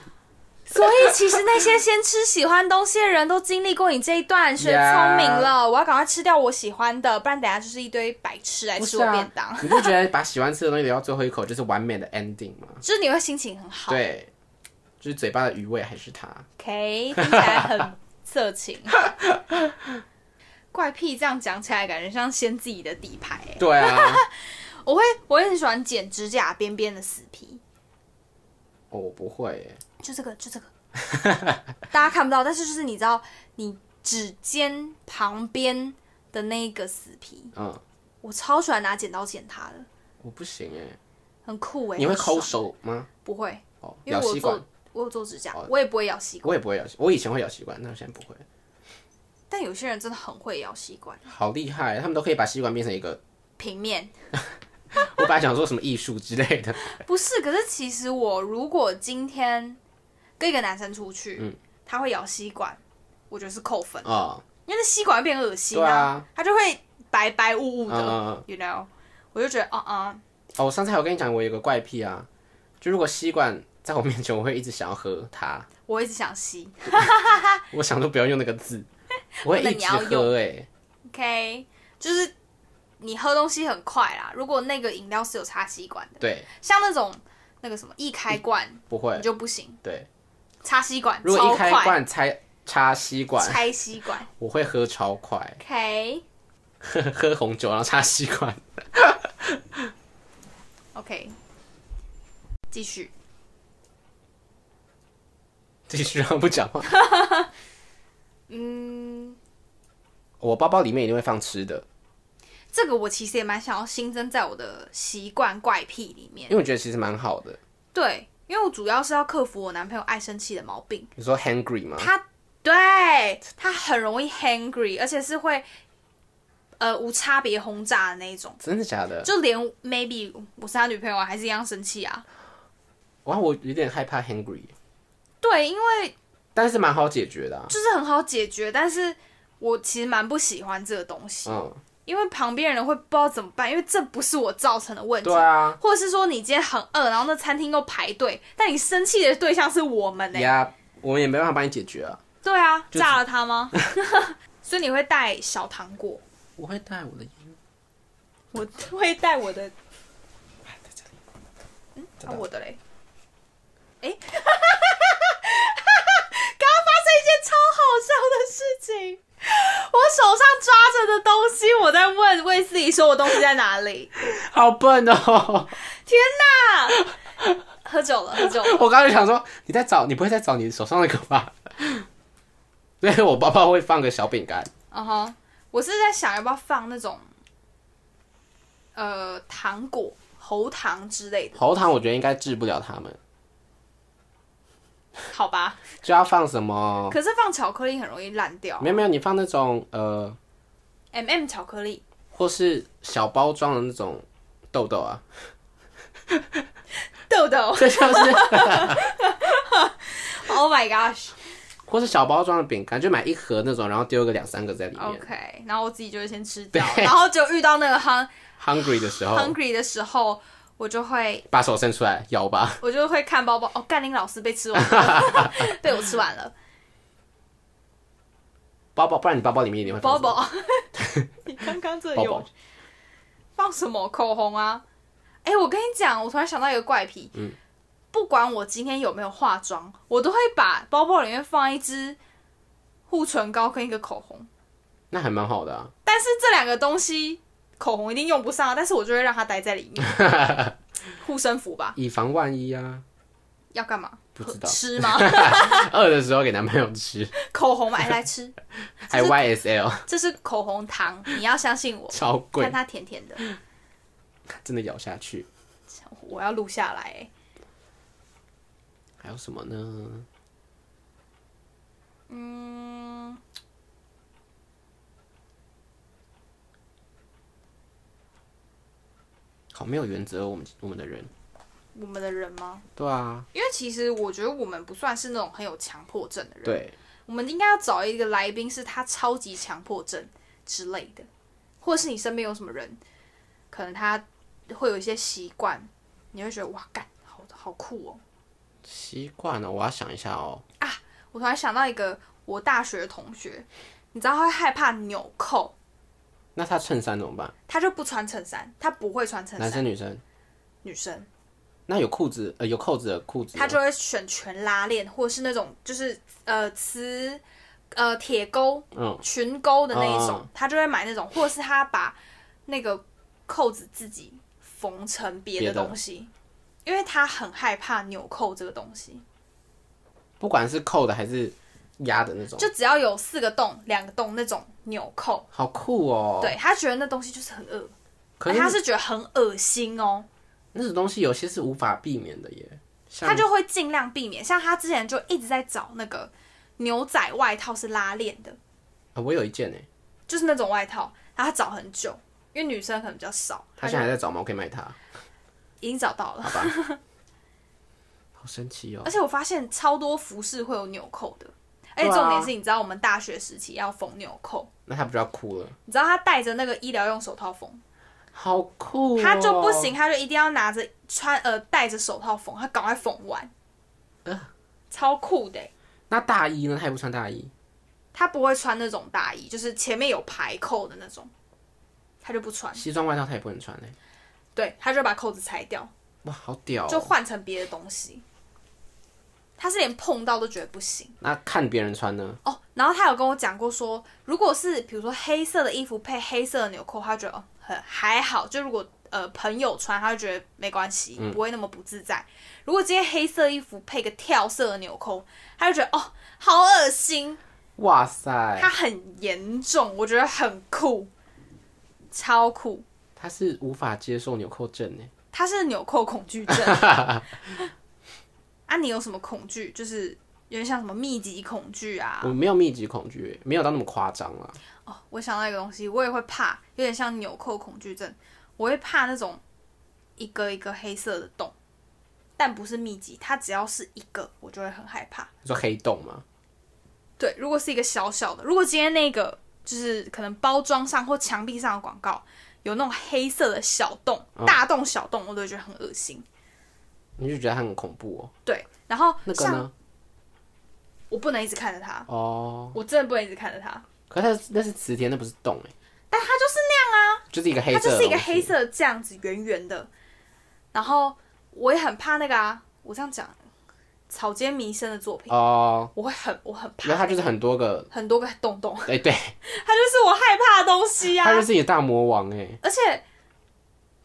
所以其实那些先吃喜欢东西的人都经历过你这一 段，学聪明了。我要赶快吃掉我喜欢的，不然等下就是一堆白痴来
不
吃
是
我
啊
便当，
你不觉得把喜欢吃的东西留到最后一口就是完美的 ending 吗？
就是你会心情很好。
对，就是嘴巴的余味还是它。
OK，听起来很色情。 怪癖这样讲起来，感觉像掀自己的底牌欸、
对啊，
我会，我也很喜欢剪指甲边边的死皮，
哦我不会耶，
就这个，就这 个，大家看不到，但是就是你知道，你指尖旁边的那一个死皮，
嗯，
我超喜欢拿剪刀剪它的，
我不行耶。
很酷哎、
你会
很爽
抠？手吗？
不会，
哦，
因
咬
为我
吸管哦
做，我有做指甲，我也不会咬吸管，
我也不会咬吸，我以前会咬吸管，但我现在不会。
但有些人真的很会咬吸管，
好厉害，他们都可以把吸管变成一个，
平面
我本来想说什么艺术之类的，
不是，可是其实我如果今天跟一个男生出去，
嗯
他会咬吸管，我觉得是扣分，
哦，
因为那吸管会变恶心
对啊
他就会白白雾雾的、
嗯嗯
y o u know，我就觉得啊啊、
哦，我上次还有跟你讲，我有个怪癖啊，就如果吸管在我面前，我会一直想要喝它，
我一直想吸
我想说不要用那个字，我会一直
那你要
喝、哎，
，OK，就是你喝东西很快啦，如果那个饮料是有插吸管的，
对，
像那种那个什么一开罐
不会
你，就不行，
对，
插吸管
嗯如果
超
一开
快，
罐拆插吸管，
拆吸管
我会喝超快，
，OK
喝喝红酒然后插吸管，
OK，继续。
继续让我不讲话。
嗯，
我包包里面一定会放吃的，
这个我其实也蛮想要新增在我的习惯怪癖里面
因。为我觉得其实蛮好的。
对，因为我主要是要克服我男朋友爱生气的毛病。
你说 hungry 吗？
他对他很容易 hangry，而且是会呃无差别轰炸的那一种。
真的假的？
就连 maybe 我是他女朋友啊，还是一样生气啊？
哇，我有点害怕 hungry，
对，因为
但是蛮好解决的、啊。
就是很好解决，但是我其实蛮不喜欢这个东西，
嗯，
因为旁边人会不知道怎么办，因为这不是我造成的问题。
对啊，
或者是说你今天很饿，然后那餐厅又排队，但你生气的对象是我们呢、
呀，我们也没办法帮你解决啊。
对啊，
就是
炸了他 吗？所以你会带小糖果，
我会带我的烟，
我会带我的，
在这里。
啊、
的
我的嘞。 哎、哈哈哈哈哈哈！刚刚发生一件超好笑的事情，我手上抓着的东西，我在问卫斯理说我东西在哪里。
好笨哦！
天哪！何喝酒了，喝酒了。
我刚刚就想说，你在找，你不会在找你手上那个吧？ 所以我包包会放个小饼干，
嗯哼，我是在想要不要放那种，呃，糖果、喉糖之类的，
喉糖我觉得应该治不了他们，
好吧？
就要放什么？
可是放巧克力很容易烂掉
没有没有，你放那种呃，
，M M 巧克力，
或是小包装的那种豆豆啊，
豆豆
这像是
，Oh my gosh，OK，、
或是小包装的饼干，就买一盒那种，然后丢个两三个在里
哦
面。
OK，然后我自己就会先吃掉，然后就遇到那个 hun
Hungry 的时候，
hungry 的时候，我就会
把手伸出来咬吧。
我就会看包包，哦，甘霖老师被吃完了， 被我吃完了，
包包，不然你包包里面一定会
包
放什么
包， 你刚刚这
包
有
包。
放什么口红啊？哎、我跟你讲，我突然想到一个怪癖，
嗯
不管我今天有没有化妆，我都会把包包里面放一支护唇膏跟一个口红。
那还蛮好的啊。
但是这两个东西，口红一定用不上啊，但是我就会让它待在里面， 护身符吧？
以防万一啊，
要干嘛？
不知道
吃 吗？
饿的时候给男朋友 吃，
口红买来吃，
还 YSL
这是口红糖，你要相信我，
超贵
看，它甜甜的，
真的咬下去。
我要录下来、欸。
还有什么呢？
嗯，
好没有原则，我们我们的人。
我们的人吗？
对啊，
因为其实我觉得我们不算是那种很有强迫症的人，
对，
我们应该要找一个来宾是他超级强迫症之类的，或者是你身边有什么人，可能他会有一些习惯，你会觉得哇，干，好好酷哦！
习惯了，我要想一下哦。
我突然想到一个我大学的同学，你知道他会害怕纽扣，
那他衬衫怎么办？
他就不穿衬衫，他不会穿衬
男
衫，
生女生？
女生
那有裤子呃有扣子的裤子吗，
他就会选全拉链，或者是那种就是呃磁呃铁钩
嗯
裙钩的那一种，
嗯
他就会买那种，或是他把那个扣子自己缝成别
别
的
的
东西，因为他很害怕纽扣这个东西，
不管是扣的还是压的那种，
就只要有四个洞、两个洞那种纽扣，
好酷哦。，
对他觉得那东西就是很恶，
可
而他
是
是觉得很恶心哦，
那种东西有些是无法避免的耶。像
他就会尽量避免。像他之前就一直在找那个牛仔外套是拉链的，
啊我有一件呢，
就是那种外套，然后他找很久，因为女生可能比较少，
他
他就
现在还在找吗？我可以买它，
已经找到了。
好神奇哦。
而且我发现超多服饰会有纽扣的，而且
对啊
重点是，你知道我们大学时期要缝纽扣，
那他不就要哭了？
你知道他戴着那个医疗用手套缝，
好酷、哦！
他就不行，，他就一定要拿着穿呃戴着手套缝，他赶快缝完，
呃
超酷的欸、
那大衣呢？他也不穿大衣，
他不会穿那种大衣，就是前面有排扣的那种，他就不穿，
西装外套他也不能穿嘞。
对，他就把扣子拆掉，
哇，好屌、
就
哦！
换成别的东西。他是连碰到都觉得不行。
那看别人穿呢？
哦，然后他有跟我讲过说，如果是比如说黑色的衣服配黑色的纽扣，他觉得哦很还好，就如果呃朋友穿，他就觉得没关系，不会那么不自在。如果今天黑色衣服配个跳色的纽扣，他就觉得哦好恶心，
哇塞，
他很严重，我觉得很酷，超酷。
他是无法接受纽扣症呢。
他是纽扣恐惧症啊，你有什么恐惧？就是有点像什么密集恐惧啊，
我没有密集恐惧耶，没有到那么夸张啦。
哦，我想到一个东西，我也会怕，有点像纽扣恐惧症，我会怕那种一个一个黑色的洞，但不是密集，它只要是一个，我就会很害怕。
你说黑洞吗？
对，如果是一个小小的，如果今天那个就是可能包装上或墙壁上的广告有那种黑色的小洞、
嗯
大洞、小洞，我都会觉得很恶心。
你就觉得它很恐怖哦。
对，然后
那个
像
呢？
我不能一直看着它，
哦，
我真的不能一直看着它，
可是它是那是磁铁，那不是洞哎。
但它就是
就是一个黑
它
色的东
就是
西，
一个黑色的这样子圆圆的，然后我也很怕那个啊，我这样讲，草间弥生的作品，
哦，
我会很我很怕
然后它就是很多个，
很多个洞洞，
哎、对，
它就是我害怕的东西啊
欸它，就是一个大魔王哎、
而且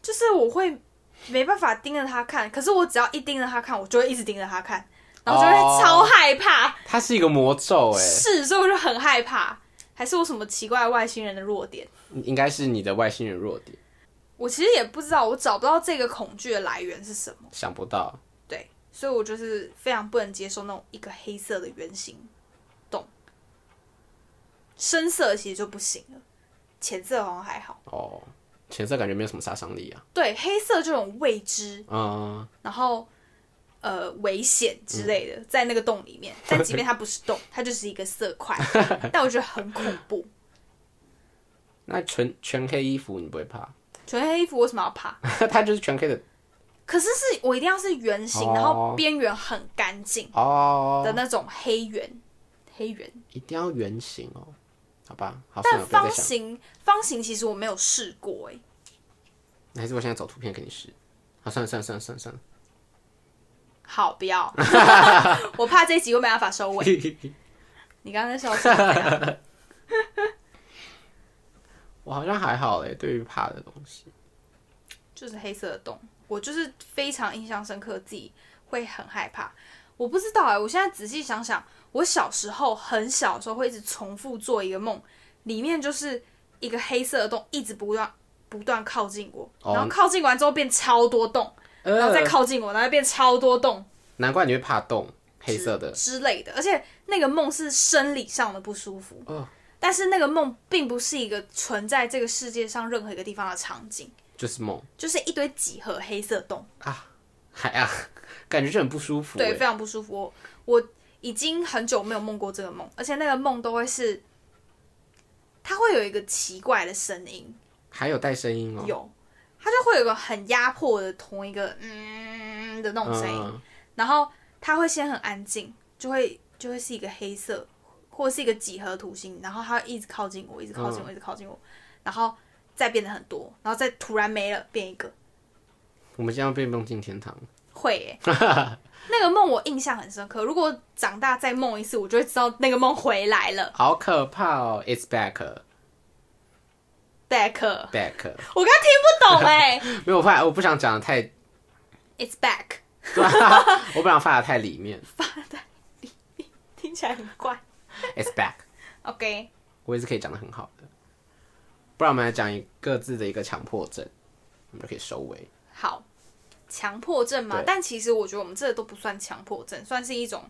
就是我会没办法盯着他看，可是我只要一盯着他看，我就会一直盯着他看，然后就
哦
会超害怕。
它是一个魔咒哎、
是，所以我就很害怕。还是我什么奇怪的外星人的弱点？
应该是你的外星人弱点，
我其实也不知道，我找不到这个恐惧的来源是什么。
想不到。
对，所以我就是非常不能接受那种一个黑色的圆形洞，深色其实就不行了，浅色好像还好。
哦，浅色感觉没有什么杀伤力啊。
对，黑色这种未知，
嗯，
然后呃危险之类的，在那个洞里面。但即便它不是洞，它就是一个色 块，但我觉得很恐怖。
那全全黑衣服你不会怕？
全黑衣服为什么要怕？
它就是全黑的
可是是我一定要是圆形，
哦
然后边缘很干净
哦，
的那种黑圆，黑圆。
一定要圆形哦。好吧，哦好，算
但
了，不要
方
再想。
形，方形其实我没有试过哎、
还是我现在找图片给你试。好，算了算了算了算了算了。
好，不要，我怕这一集又没办法收尾。你刚刚在笑什么呀？
我好像还好嘞，对于怕的东西，
就是黑色的洞，我就是非常印象深刻，自己会很害怕。我不知道哎、我现在仔细想想，我小时候很小的时候会一直重复做一个梦，里面就是一个黑色的洞，一直不断不断靠近我，
哦
然后靠近完之后变超多洞，
呃
然后再靠近我，然后再变超多洞
难怪你会怕洞，黑色的。
之类的。而且那个梦是生理上的不舒服，
哦
但是那个梦并不是一个存在这个世界上任何一个地方的场景，
就是梦
就是一堆几何黑色洞。
啊，海啊， 感觉就很不舒服
对，
欸。
非常不舒服。我我已经很久没有梦过这个梦，而且那个梦都会是，它会有一个奇怪的声音，
还有带声音哦，
有，它就会有一个很压迫的同一个嗯的那种声音，
嗯，
然后它会先很安静，就会就会是一个黑色或是一个几何图形，然后它会一直靠近我，一直靠近我，一直靠近我，然后再变得很多，然后再突然没了，变一个。
我们现在被梦进天堂。
会、欸，那个梦我印象很深刻。如果长大再梦一次，我就会知道那个梦回来了。
好可怕哦！It's back,
Back，
back。
我刚刚听不懂哎、
没有我怕，我不想讲的太，
It's back，
我不想放的太里面。
听起来很怪。
It's back，
OK，
我也是可以讲的很好的。不然我们来讲一各自的一个强迫症，我们就可以收尾。
好，强迫症嘛
对，
但其实我觉得我们这个都不算强迫症，算是一种。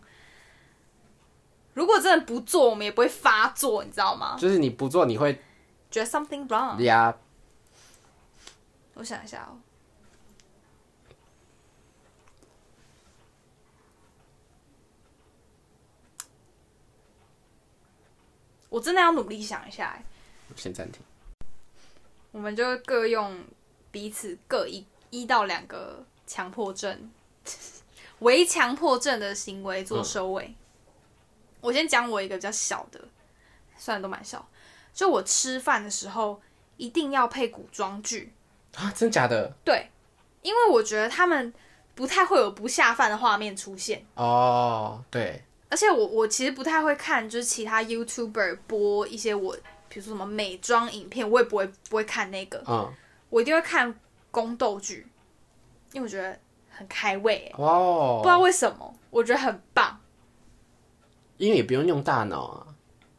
如果真的不做，我们也不会发作，你知道吗？
就是你不做，你会
觉得 something wrong。
呀，
我想一下哦。我真的要努力想一下欸，
先暂停。
我们就各用彼此各一一到两个强迫症， 为强迫症的行为做收尾。我先讲我一个比较小的，算然都蛮小，就我吃饭的时候一定要配古装剧，
啊，真假的
对，因为我觉得他们不太会有不下饭的画面出现，
哦，对，
而且我我其实不太会看，就是其他 YouTuber 播一些我，比如说什么美妆影片，我也不会不会看那个，
嗯，
我一定会看宫斗剧，因为我觉得很开胃欸、不知
哦，
道为什么，我觉得很棒。
因为也不用用大脑啊，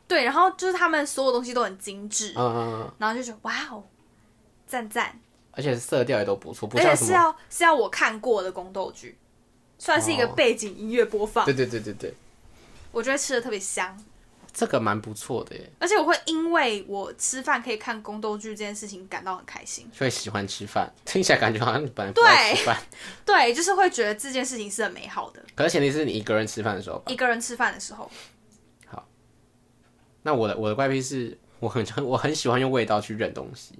对，然后就是他们所有东西都很精致，
嗯嗯，嗯，
然后就觉得哇哦，赞赞。
而且色调也都不错，不
而且
像
哎是啊
什么，
要是要我看过的宫斗剧，算是一个
哦
背景音乐播放，
对对对对对，
我觉得吃的特别香。
这个蛮不错的耶，
而且我会因为我吃饭可以看宫斗剧这件事情感到很开心，
所以喜欢吃饭，听起来感觉好像你本来不爱吃饭，
对，就是会觉得这件事情是很美好的。
可是前提是你一个人吃饭的时候吧。
一个人吃饭的时候，
那我的我的怪癖是我很我很喜欢用 味道去认东西，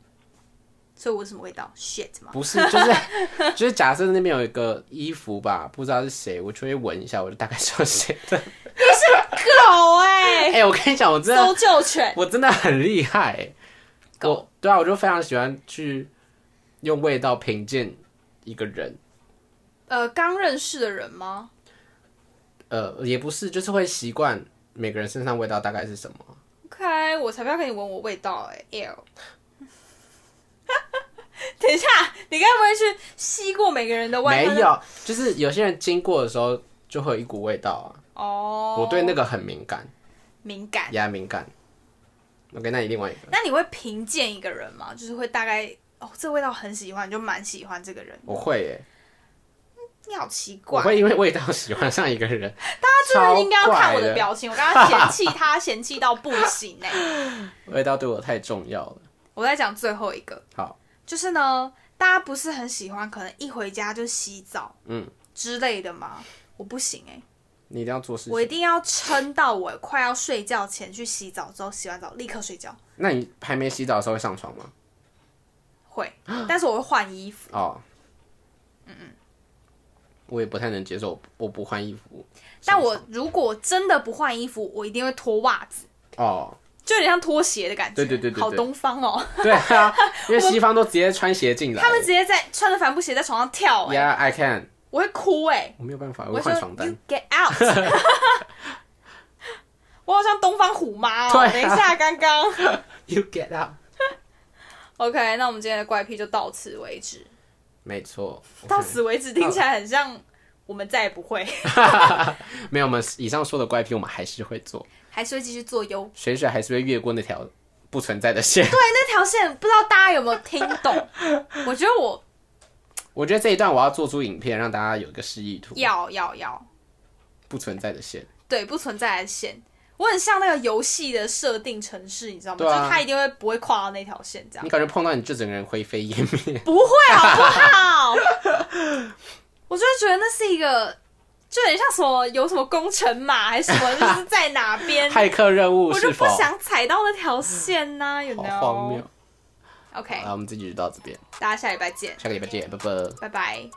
所以我是什么味道？shit 吗？
不是就是 就是假设那边有一个衣服吧，不知道是谁，我就会闻一下，我就大概知道谁的。
狗 哎、
哎、我跟你讲，我真的
搜救犬，
我真的很厉害、欸。
狗
我对啊，我就非常喜欢去用味道评鉴一个人。
呃，刚认识的人吗？
呃，也不是，就是会习惯每个人身上味道大概是什么。
o k 我才不要跟你闻我味道哎、欸、，L， 等一下，你该不会去吸过每个人的呃外
没
套？
有，就是有些人经过的时候就会有一股味道啊。
哦，
我对那个很敏感，
敏感。
也敏感。OK，那你另外一个，
那你会评鉴一个人吗？就是会大概哦，这味道很喜欢，你就蛮喜欢这个人。
我会耶，
你好奇
我
怪，
会因为味道喜欢上一 个人。
他真
超
的应该要看我
怪
的
的
表情，我刚刚嫌弃他，嫌弃到不行哎、
味道对我太重要了。
我再讲最后一个，
好，
就是呢，大家不是很喜欢，可能一回家就洗澡，
嗯
之类的吗？我不行哎、
你一定要做事
我一
情。
定要撑到我快要睡觉前去洗澡，之后洗完澡立刻睡觉。
那你还没洗澡的时候会上床吗？
会，但是我会换衣服。
哦，嗯嗯，
嗯
我也不太能接受，我不换衣服。
但我如果真的不换衣服，我一定会脱袜子，
哦，
就有点像拖鞋的感觉。
对对对对对
好东方哦，
对啊，因为西方都直接穿鞋进来
他。们直接在穿着帆布鞋在床上跳、哎
Yeah, I can。
我会哭哎、
我没有办法，我
我
会
说
换床
You
单。
get out 。 我好像东方虎妈哦、
对啊
等一下，刚刚
You get out。
OK，那我们今天的怪癖就到此为止。
没错，我
到
看
此为止听起来很像我们再也不会，
没有我们以上说的怪癖，我们还是会做，
还是会继续做优。
水水还是会越过那条不存在的线。
对，那条线不知道大家有没有听懂？我觉得我
我觉得这一段我要做出影片，让大家有一个示意图，
要要要，
不存在的线。
对，不存在的线。我很像那个游戏的设定程式，你知道吗？
对啊
就是它一定会不会跨到那条线，这样
你感觉碰到你就整个人灰飞烟灭。
不会好不好？ 我就觉得那是一个，就很像什么有什么工程码还是什么，就是在哪 边，
骇客任务
我
是
就不
否？
想踩到那条线呐、有没有？
好荒谬。
OK，
好，我们这集就到这边，
大家下礼拜见，
下个礼拜见，拜拜。
拜拜。